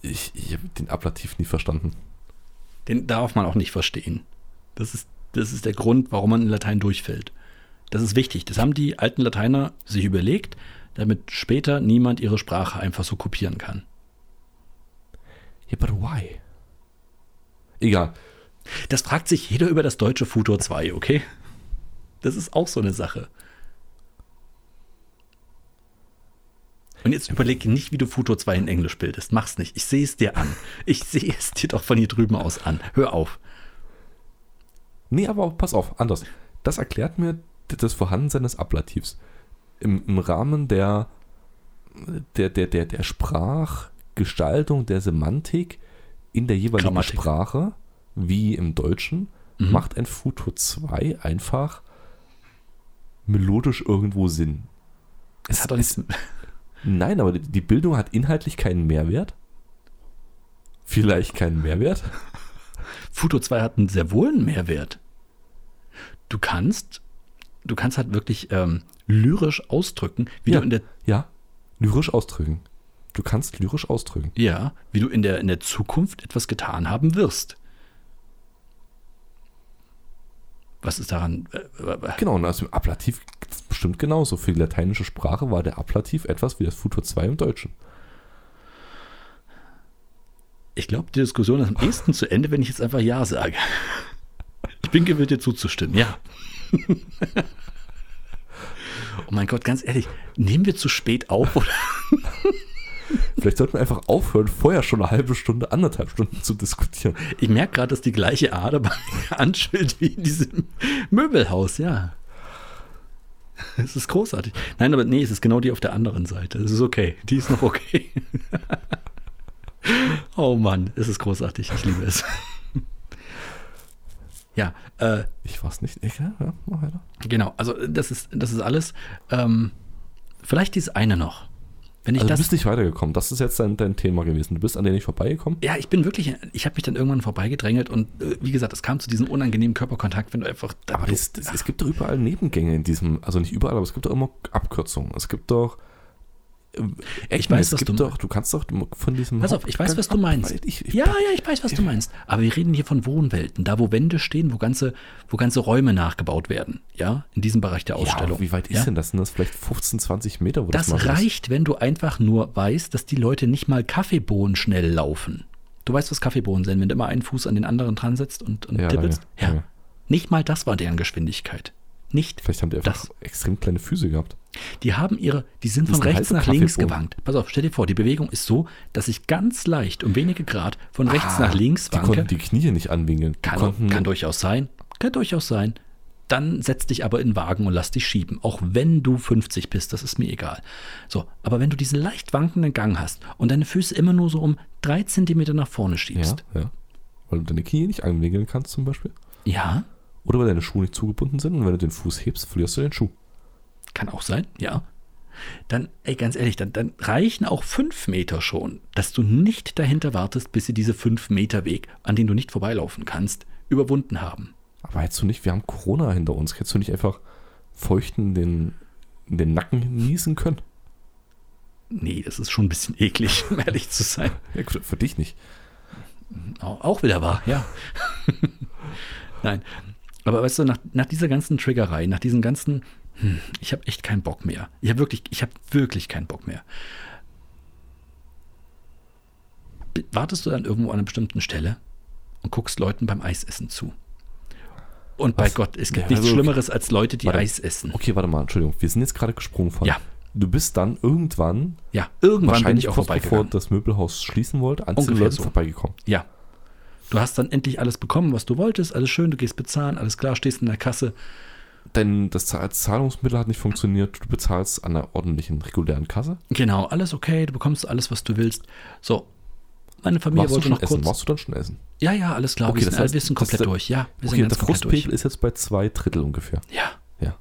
Speaker 1: Ich, ich habe den Ablativ nie verstanden.
Speaker 2: den darf man auch nicht verstehen. Das ist, das ist der Grund, warum man in Latein durchfällt. Das ist wichtig. Das haben die alten Lateiner sich überlegt, damit später niemand ihre Sprache einfach so kopieren kann.
Speaker 1: Ja, but why? Egal.
Speaker 2: Das fragt sich jeder über das deutsche Futur 2, okay? Das ist auch so eine Sache. Und jetzt überleg nicht, wie du Futur 2 in Englisch bildest. Mach's nicht. Ich sehe es dir an. Ich sehe es dir doch von hier drüben aus an. Hör auf.
Speaker 1: Nee, aber pass auf, anders. Das erklärt mir d- das Vorhandensein des Ablativs. Im, im Rahmen der, der, der, der, der Sprachgestaltung, der Semantik in der jeweiligen
Speaker 2: Grammatik. Mhm.
Speaker 1: Sprache, wie im Deutschen, macht ein Futur 2 einfach melodisch irgendwo Sinn.
Speaker 2: Es hat doch nichts.
Speaker 1: Nein, aber die- die Bildung hat inhaltlich keinen Mehrwert. Vielleicht keinen Mehrwert.
Speaker 2: Futur 2 hat einen sehr wohl einen Mehrwert. Du kannst, du kannst halt wirklich ähm, lyrisch ausdrücken, wie
Speaker 1: Ja.
Speaker 2: du in der
Speaker 1: Ja, lyrisch ausdrücken. Du kannst lyrisch ausdrücken.
Speaker 2: ja, wie du in der in der Zukunft etwas getan haben wirst. Was ist daran? äh, äh,
Speaker 1: Genau, und also im Ablativ gibt's bestimmt genauso. Für die lateinische Sprache war der Ablativ etwas wie das Futur 2 im Deutschen.
Speaker 2: Ich glaube, die Diskussion ist am ehesten zu Ende, wenn ich jetzt einfach Ja sage. Ich bin gewillt, dir zuzustimmen, ja. Oh mein Gott, ganz ehrlich, nehmen wir zu spät auf? Oder?
Speaker 1: Vielleicht sollten wir einfach aufhören, vorher schon eine halbe Stunde, anderthalb Stunden zu diskutieren.
Speaker 2: Ich merke gerade, dass die gleiche Ader bei mir anschild wie in diesem Möbelhaus, ja. Es ist großartig. Nein, aber nee, es ist genau die auf der anderen Seite. Es ist okay. Die ist noch okay. Oh Mann, es ist großartig. Ich liebe es. Ja, äh,
Speaker 1: Ich weiß nicht. Ich, ja, ja, mach weiter.
Speaker 2: Genau, also das ist, das ist alles. Ähm, vielleicht dieses eine noch. Wenn ich
Speaker 1: Also du
Speaker 2: das.
Speaker 1: bist nicht weitergekommen. Das ist jetzt dein, dein Thema gewesen. Du bist an den nicht vorbeigekommen.
Speaker 2: Ja, ich bin wirklich, ich habe mich dann irgendwann vorbeigedrängelt und äh, wie gesagt, es kam zu diesem unangenehmen Körperkontakt, wenn du einfach.
Speaker 1: Aber das, das, es gibt doch überall Nebengänge in diesem, also nicht überall, aber es gibt doch immer Abkürzungen. Es gibt doch. ähm,
Speaker 2: Ich weiß,
Speaker 1: es
Speaker 2: was
Speaker 1: gibt
Speaker 2: du-
Speaker 1: doch, du kannst doch von diesem.
Speaker 2: Pass auf, ich weiß, was du
Speaker 1: Hauptgang
Speaker 2: meinst.
Speaker 1: abweichen. Ich, ich,
Speaker 2: ja, ja, ich weiß, was du meinst. Aber wir reden hier von Wohnwelten, da wo Wände stehen, wo ganze, wo ganze Räume nachgebaut werden. Ja, in diesem Bereich der
Speaker 1: ja,
Speaker 2: Ausstellung.
Speaker 1: aber wie weit ist
Speaker 2: ja?
Speaker 1: denn das? Sind das vielleicht 15, 20 Meter? Wo
Speaker 2: Das
Speaker 1: mal so ist?
Speaker 2: reicht, wenn du einfach nur weißt, dass die Leute nicht mal Kaffeebohnen schnell laufen. Du weißt, was Kaffeebohnen sind, wenn du immer einen Fuß an den anderen dran setzt und, und
Speaker 1: Ja,
Speaker 2: tippelst.
Speaker 1: lange,
Speaker 2: Ja.
Speaker 1: lange.
Speaker 2: Nicht mal das war deren Geschwindigkeit. Nicht.
Speaker 1: Vielleicht haben die einfach
Speaker 2: Das-
Speaker 1: extrem kleine Füße gehabt.
Speaker 2: Die haben ihre, die sind
Speaker 1: Das
Speaker 2: von
Speaker 1: ist eine
Speaker 2: rechts nach
Speaker 1: halbe
Speaker 2: links
Speaker 1: Kaffeebohne.
Speaker 2: gewankt. Pass auf, stell dir vor, die Bewegung ist so, dass ich ganz leicht um wenige Grad von rechts
Speaker 1: Ah,
Speaker 2: nach links
Speaker 1: Die
Speaker 2: wanke.
Speaker 1: konnten die Knie nicht anwinkeln. Die
Speaker 2: Kann,
Speaker 1: konnten,
Speaker 2: kann durchaus sein. Kann durchaus sein. Dann setz dich aber in den Wagen und lass dich schieben. Auch wenn du 50 bist, das ist mir egal. So, aber wenn du diesen leicht wankenden Gang hast und deine Füße immer nur so um drei Zentimeter nach vorne
Speaker 1: ja,
Speaker 2: schiebst,
Speaker 1: ja. Weil du deine Knie nicht anwinkeln kannst zum Beispiel.
Speaker 2: ja,
Speaker 1: Oder weil deine Schuhe nicht zugebunden sind und wenn du den Fuß hebst, verlierst du den Schuh.
Speaker 2: kann auch sein, ja. Dann, ey, ganz ehrlich, dann, dann reichen auch fünf Meter schon, dass du nicht dahinter wartest, bis sie diese fünf Meter Weg, an den du nicht vorbeilaufen kannst, überwunden haben.
Speaker 1: Aber hättest du nicht, wir haben Corona hinter uns, hättest du nicht einfach feuchten den, in den Nacken niesen können?
Speaker 2: Nee, das ist schon ein bisschen eklig, um ehrlich zu sein.
Speaker 1: Ja, gut, für dich nicht.
Speaker 2: Au- Auch wieder wahr, ja. Nein. Aber weißt du, nach, nach dieser ganzen Triggerei, nach diesen ganzen, hm, ich habe echt keinen Bock mehr. Ich habe wirklich, ich habe wirklich keinen Bock mehr. Be- Wartest du dann irgendwo an einer bestimmten Stelle und guckst Leuten beim Eisessen zu. Und bei
Speaker 1: Was?
Speaker 2: Gott, es gibt
Speaker 1: Ja,
Speaker 2: nichts
Speaker 1: also-
Speaker 2: Schlimmeres als Leute, die
Speaker 1: Warte.
Speaker 2: Eis essen.
Speaker 1: Okay, warte mal, Entschuldigung, wir sind jetzt gerade gesprungen von.
Speaker 2: Ja.
Speaker 1: Du bist dann irgendwann,
Speaker 2: Ja, irgendwann bin
Speaker 1: wahrscheinlich
Speaker 2: ich auch
Speaker 1: kurz bevor
Speaker 2: vorbeigegangen.
Speaker 1: das Möbelhaus schließen wollte, an den
Speaker 2: Ungefähr
Speaker 1: Leuten
Speaker 2: so.
Speaker 1: vorbeigekommen.
Speaker 2: Ja. Du hast dann endlich alles bekommen, was du wolltest, alles schön, du gehst bezahlen, alles klar, stehst in der Kasse,
Speaker 1: Denn das Zahl- Zahlungsmittel hat nicht funktioniert, du bezahlst an einer ordentlichen, regulären Kasse.
Speaker 2: Genau, alles okay, du bekommst alles, was du willst. So, meine
Speaker 1: Warst
Speaker 2: Familie
Speaker 1: du
Speaker 2: wollte
Speaker 1: schon
Speaker 2: noch
Speaker 1: essen?
Speaker 2: kurz.
Speaker 1: Warst du dann schon essen?
Speaker 2: Ja, ja, alles klar,
Speaker 1: Okay,
Speaker 2: wir,
Speaker 1: das
Speaker 2: sind, alle-
Speaker 1: heißt,
Speaker 2: wir sind
Speaker 1: das
Speaker 2: komplett
Speaker 1: ist-
Speaker 2: durch. Ja, wir
Speaker 1: Okay,
Speaker 2: sind
Speaker 1: der
Speaker 2: ganz komplett durch.
Speaker 1: Frustpegel ist jetzt bei zwei Drittel ungefähr.
Speaker 2: Ja,
Speaker 1: Ja.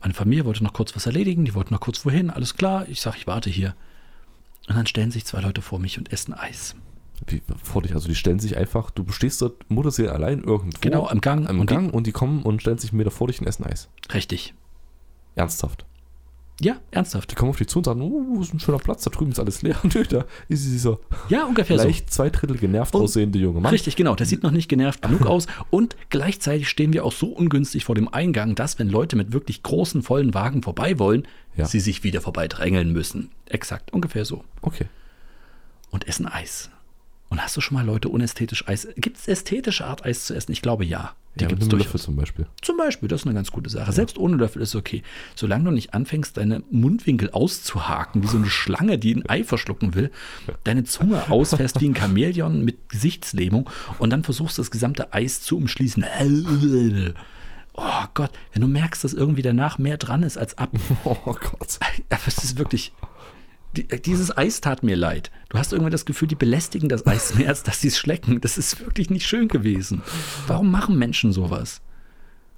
Speaker 2: meine Familie wollte noch kurz was erledigen, die wollten noch kurz wohin, alles klar, ich sag, ich warte hier. Und dann stellen sich zwei Leute vor mich und essen Eis.
Speaker 1: Wie, vor dich. Also die stellen sich einfach, du stehst dort Mutterseele allein irgendwo.
Speaker 2: Genau, im Gang.
Speaker 1: Am
Speaker 2: und
Speaker 1: Oh, Gang und die kommen und stellen sich einen Meter vor dich und essen Eis.
Speaker 2: Die, richtig.
Speaker 1: Ernsthaft.
Speaker 2: Ja,
Speaker 1: Die
Speaker 2: ernsthaft.
Speaker 1: kommen auf dich zu und sagen, oh, ist ein schöner Platz, da drüben ist alles leer. Nö, da ist dieser
Speaker 2: Ja, ungefähr so.
Speaker 1: leicht zwei Drittel genervt
Speaker 2: Und-
Speaker 1: aussehende junge Oh Mann.
Speaker 2: Richtig, genau. Der sieht noch nicht genervt genug aus. Und gleichzeitig stehen wir auch so ungünstig vor dem Eingang, dass, wenn Leute mit wirklich großen, vollen Wagen vorbei wollen,
Speaker 1: Ja.
Speaker 2: sie sich wieder vorbeidrängeln müssen. Exakt, ungefähr so.
Speaker 1: Okay.
Speaker 2: Und essen Eis. Und hast du schon mal Leute unästhetisch Eis? Gibt es ästhetische Art, Eis zu essen? Ich glaube ja. Die
Speaker 1: ja,
Speaker 2: gibt es
Speaker 1: mit einem
Speaker 2: durchaus.
Speaker 1: Löffel zum Beispiel.
Speaker 2: Zum Beispiel, das ist eine ganz gute Sache. Selbst ohne Löffel ist okay. Solange du nicht anfängst, deine Mundwinkel auszuhaken, wie so eine Schlange, die ein Ei verschlucken will, deine Zunge ausfährst wie ein Chamäleon mit Gesichtslähmung und dann versuchst, das gesamte Eis zu umschließen. Oh Gott, wenn du merkst, dass irgendwie danach mehr dran ist als ab.
Speaker 1: Oh Gott.
Speaker 2: Aber es ist wirklich. Die, dieses Eis tat mir leid. Du hast irgendwann das Gefühl, die belästigen das Eis mehr, als dass sie es schlecken. Das ist wirklich nicht schön gewesen. Warum machen Menschen sowas?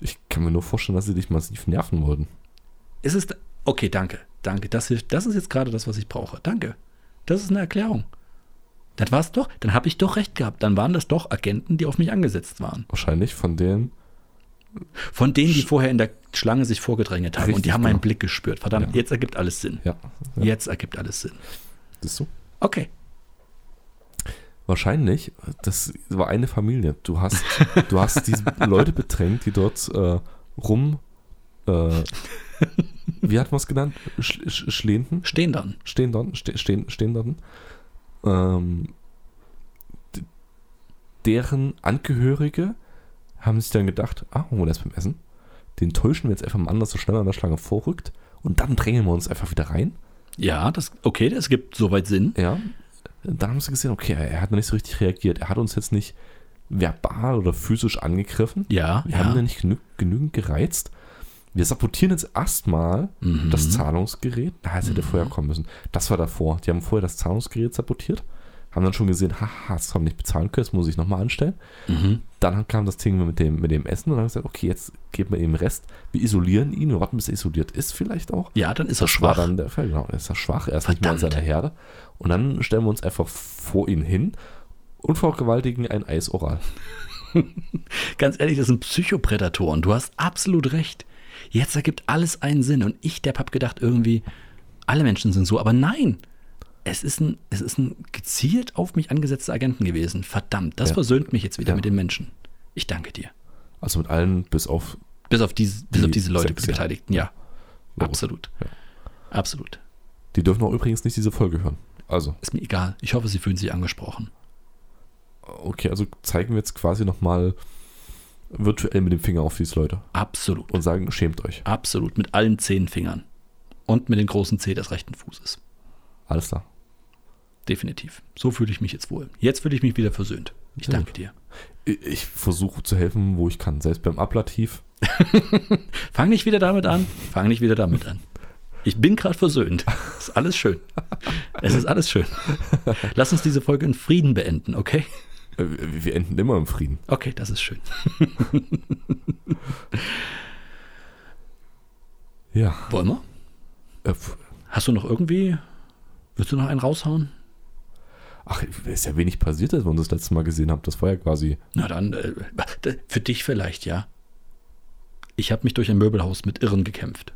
Speaker 1: Ich kann mir nur vorstellen, dass sie dich massiv nerven wollten.
Speaker 2: Es ist. Okay, danke. Danke. Das hilft. Das ist jetzt gerade das, was ich brauche. Danke. Das ist eine Erklärung. Das war's doch. Dann habe ich doch recht gehabt. Dann waren das doch Agenten, die auf mich angesetzt waren.
Speaker 1: Wahrscheinlich von den
Speaker 2: Von denen, die vorher in der Schlange sich vorgedrängelt haben. und die
Speaker 1: Richtig,
Speaker 2: haben meinen
Speaker 1: genau.
Speaker 2: Blick gespürt. Verdammt,
Speaker 1: Ja.
Speaker 2: jetzt ergibt alles Sinn.
Speaker 1: Ja. ja.
Speaker 2: Jetzt ergibt alles Sinn.
Speaker 1: Siehst du?
Speaker 2: Okay.
Speaker 1: Wahrscheinlich, das war eine Familie. Du hast, du hast diese Leute bedrängt, die dort äh, rum, äh, wie hat man es genannt? Sch sch schlehnten?
Speaker 2: Stehen dann.
Speaker 1: Stehen dort? Ste stehen, stehen dort? Ähm, d- deren Angehörige haben sich dann gedacht, ah, holen wir das beim Essen. Den täuschen wir jetzt einfach mal an, dass so schnell an der Schlange vorrückt. Und dann drängen wir uns einfach wieder rein.
Speaker 2: Ja, das, okay, das gibt soweit Sinn.
Speaker 1: Ja. Dann haben sie gesehen, okay, er hat noch nicht so richtig reagiert. Er hat uns jetzt nicht verbal oder physisch angegriffen.
Speaker 2: Ja,
Speaker 1: Wir
Speaker 2: ja.
Speaker 1: haben ihn nicht genü genügend gereizt. Wir sabotieren jetzt erstmal
Speaker 2: Mhm.
Speaker 1: das Zahlungsgerät. Na, es hätte vorher kommen müssen. Das war davor. Die haben vorher das Zahlungsgerät sabotiert. Haben dann schon gesehen, haha, das haben wir nicht bezahlen können, das muss ich nochmal anstellen.
Speaker 2: Mhm.
Speaker 1: Dann kam das Ding mit dem, mit dem Essen und dann haben wir gesagt, okay, jetzt geben wir ihm Rest. Wir isolieren ihn, wir warten, bis er isoliert ist vielleicht auch.
Speaker 2: Ja, dann ist er
Speaker 1: War
Speaker 2: schwach.
Speaker 1: dann der Fall, genau. Er ist ja schwach, er ist nicht mehr in
Speaker 2: Verdammt.
Speaker 1: seiner Herde. Und dann stellen wir uns einfach vor ihn hin und vergewaltigen ein Eis oral.
Speaker 2: Ganz ehrlich, das sind Psychoprädatoren. Du hast absolut recht. Jetzt ergibt alles einen Sinn. Und ich, Depp, hab gedacht, irgendwie, alle Menschen sind so. Aber nein, es ist ein, es ist ein gezielt auf mich angesetzter Agenten gewesen. Verdammt, das
Speaker 1: Ja.
Speaker 2: versöhnt mich jetzt wieder
Speaker 1: Ja.
Speaker 2: mit den Menschen. Ich danke dir.
Speaker 1: Also mit allen bis auf.
Speaker 2: Bis auf diese, bis
Speaker 1: Die
Speaker 2: auf diese Leute,
Speaker 1: sechs,
Speaker 2: die
Speaker 1: ja.
Speaker 2: Beteiligten. Ja,
Speaker 1: Ja.
Speaker 2: absolut.
Speaker 1: Ja.
Speaker 2: Absolut.
Speaker 1: Die dürfen auch übrigens nicht diese Folge hören. Also,
Speaker 2: Ist mir egal. Ich hoffe, sie fühlen sich angesprochen.
Speaker 1: okay, also zeigen wir jetzt quasi nochmal virtuell mit dem Finger auf diese Leute
Speaker 2: Absolut.
Speaker 1: und sagen, schämt euch.
Speaker 2: Absolut. Mit allen zehn Fingern. Und mit dem großen Zeh des rechten Fußes.
Speaker 1: Alles klar.
Speaker 2: Definitiv. So fühle ich mich jetzt wohl. Jetzt fühle ich mich wieder versöhnt. Ich
Speaker 1: Sehr
Speaker 2: danke dir.
Speaker 1: Ich, ich versuche zu helfen, wo ich kann. Selbst beim Ablativ.
Speaker 2: Fang nicht wieder damit an. Fang nicht wieder damit an. Ich bin gerade versöhnt. Ist alles schön. Es ist alles schön. Lass uns diese Folge in Frieden beenden, okay?
Speaker 1: Äh, Wir wir enden immer im Frieden.
Speaker 2: Okay, das ist schön.
Speaker 1: Ja.
Speaker 2: Wollen wir?
Speaker 1: Äh, pf-
Speaker 2: Hast du noch irgendwie. Willst du noch einen raushauen?
Speaker 1: Ach, ist ja wenig passiert, als wir uns das letzte Mal gesehen haben. Das war ja quasi.
Speaker 2: Na dann, äh, für dich vielleicht, ja. Ich habe mich durch ein Möbelhaus mit Irren gekämpft.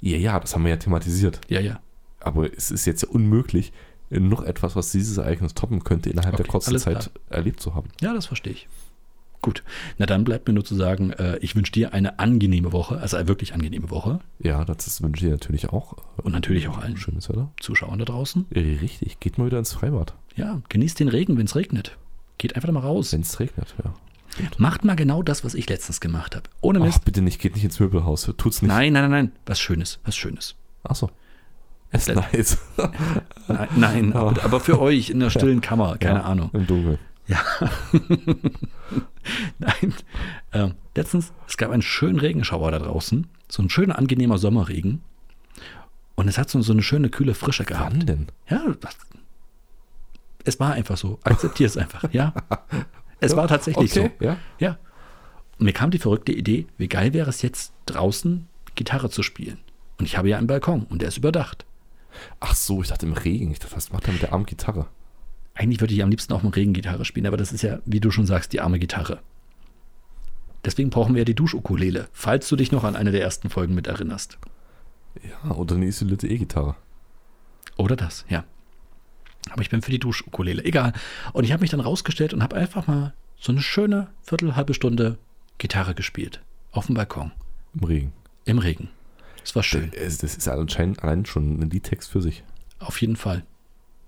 Speaker 1: Ja, ja, das haben wir ja thematisiert.
Speaker 2: Ja, ja.
Speaker 1: Aber es ist jetzt ja unmöglich, noch etwas, was dieses Ereignis toppen könnte, innerhalb
Speaker 2: Okay,
Speaker 1: der kurzen
Speaker 2: alles
Speaker 1: Zeit erlebt zu haben.
Speaker 2: Ja, das verstehe ich. Gut. Na dann bleibt mir nur zu sagen, äh, ich wünsche dir eine angenehme Woche, also eine wirklich angenehme Woche.
Speaker 1: Ja, das ist- wünsche ich dir natürlich auch.
Speaker 2: Und natürlich auch allen
Speaker 1: Schönes Wetter.
Speaker 2: Zuschauern da draußen.
Speaker 1: Äh, Richtig, geht mal wieder ins Freibad,
Speaker 2: Ja, genießt den Regen, wenn es regnet. Geht einfach mal raus.
Speaker 1: wenn es regnet. Ja.
Speaker 2: Macht mal genau das, was ich letztens gemacht habe. Ohne
Speaker 1: Ach,
Speaker 2: Mist.
Speaker 1: bitte nicht, geht nicht ins Möbelhaus. Tut's nicht.
Speaker 2: nein, nein, nein, nein. Was Schönes, was Schönes.
Speaker 1: Achso. Es ist
Speaker 2: Letzte-
Speaker 1: nice.
Speaker 2: Nein, nein aber, aber für euch in der stillen Kammer,
Speaker 1: Ah. Ja,
Speaker 2: keine Ahnung.
Speaker 1: Im Dunkeln.
Speaker 2: Nein. Ähm, letztens, es gab einen schönen Regenschauer da draußen. So ein schöner, angenehmer Sommerregen. Und es hat so, so eine schöne, kühle Frische gehabt.
Speaker 1: Wann denn?
Speaker 2: Ja, das, es war einfach so. Akzeptier es einfach, ja. Es war tatsächlich
Speaker 1: okay,
Speaker 2: so.
Speaker 1: ja.
Speaker 2: Ja. Und mir kam die verrückte Idee, wie geil wäre es jetzt, draußen Gitarre zu spielen. Und ich habe ja einen Balkon und der ist überdacht.
Speaker 1: Ach so, ich dachte im Regen. Ich dachte, was macht er mit der armen Gitarre?
Speaker 2: Eigentlich würde ich am liebsten auch mit Regengitarre spielen, aber das ist ja, wie du schon sagst, die arme Gitarre. Deswegen brauchen wir ja die Duschukulele, falls du dich noch an eine der ersten Folgen mit erinnerst.
Speaker 1: Ja, oder eine isolierte E-Gitarre.
Speaker 2: Oder das, ja. Aber ich bin für die Duschukulele, egal. Und ich habe mich dann rausgestellt und habe einfach mal so eine schöne Viertel, halbe Stunde Gitarre gespielt. Auf dem Balkon,
Speaker 1: Im Regen.
Speaker 2: im Regen. Es war schön,
Speaker 1: Es- Das ist anscheinend allein schon ein Liedtext für sich.
Speaker 2: auf jeden Fall.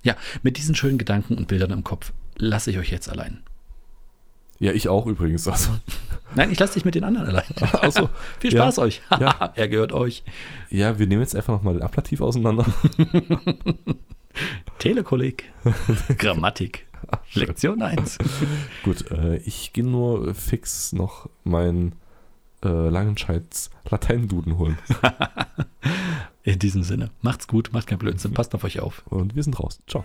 Speaker 2: Ja, mit diesen schönen Gedanken und Bildern im Kopf lasse ich euch jetzt allein.
Speaker 1: Ja, ich auch übrigens. Also,
Speaker 2: Nein, ich lasse dich mit den anderen allein.
Speaker 1: also
Speaker 2: Viel
Speaker 1: Ja.
Speaker 2: Spaß euch.
Speaker 1: Ja.
Speaker 2: er gehört euch.
Speaker 1: Ja, wir nehmen jetzt einfach nochmal den Ablativ auseinander.
Speaker 2: Telekolleg. Grammatik. Lektion 1.
Speaker 1: Gut, äh, ich gehe nur fix noch meinen äh, Langenscheids Lateinduden holen.
Speaker 2: In diesem Sinne, macht's gut, macht keinen Blödsinn, passt auf euch auf.
Speaker 1: Und wir sind raus. Ciao.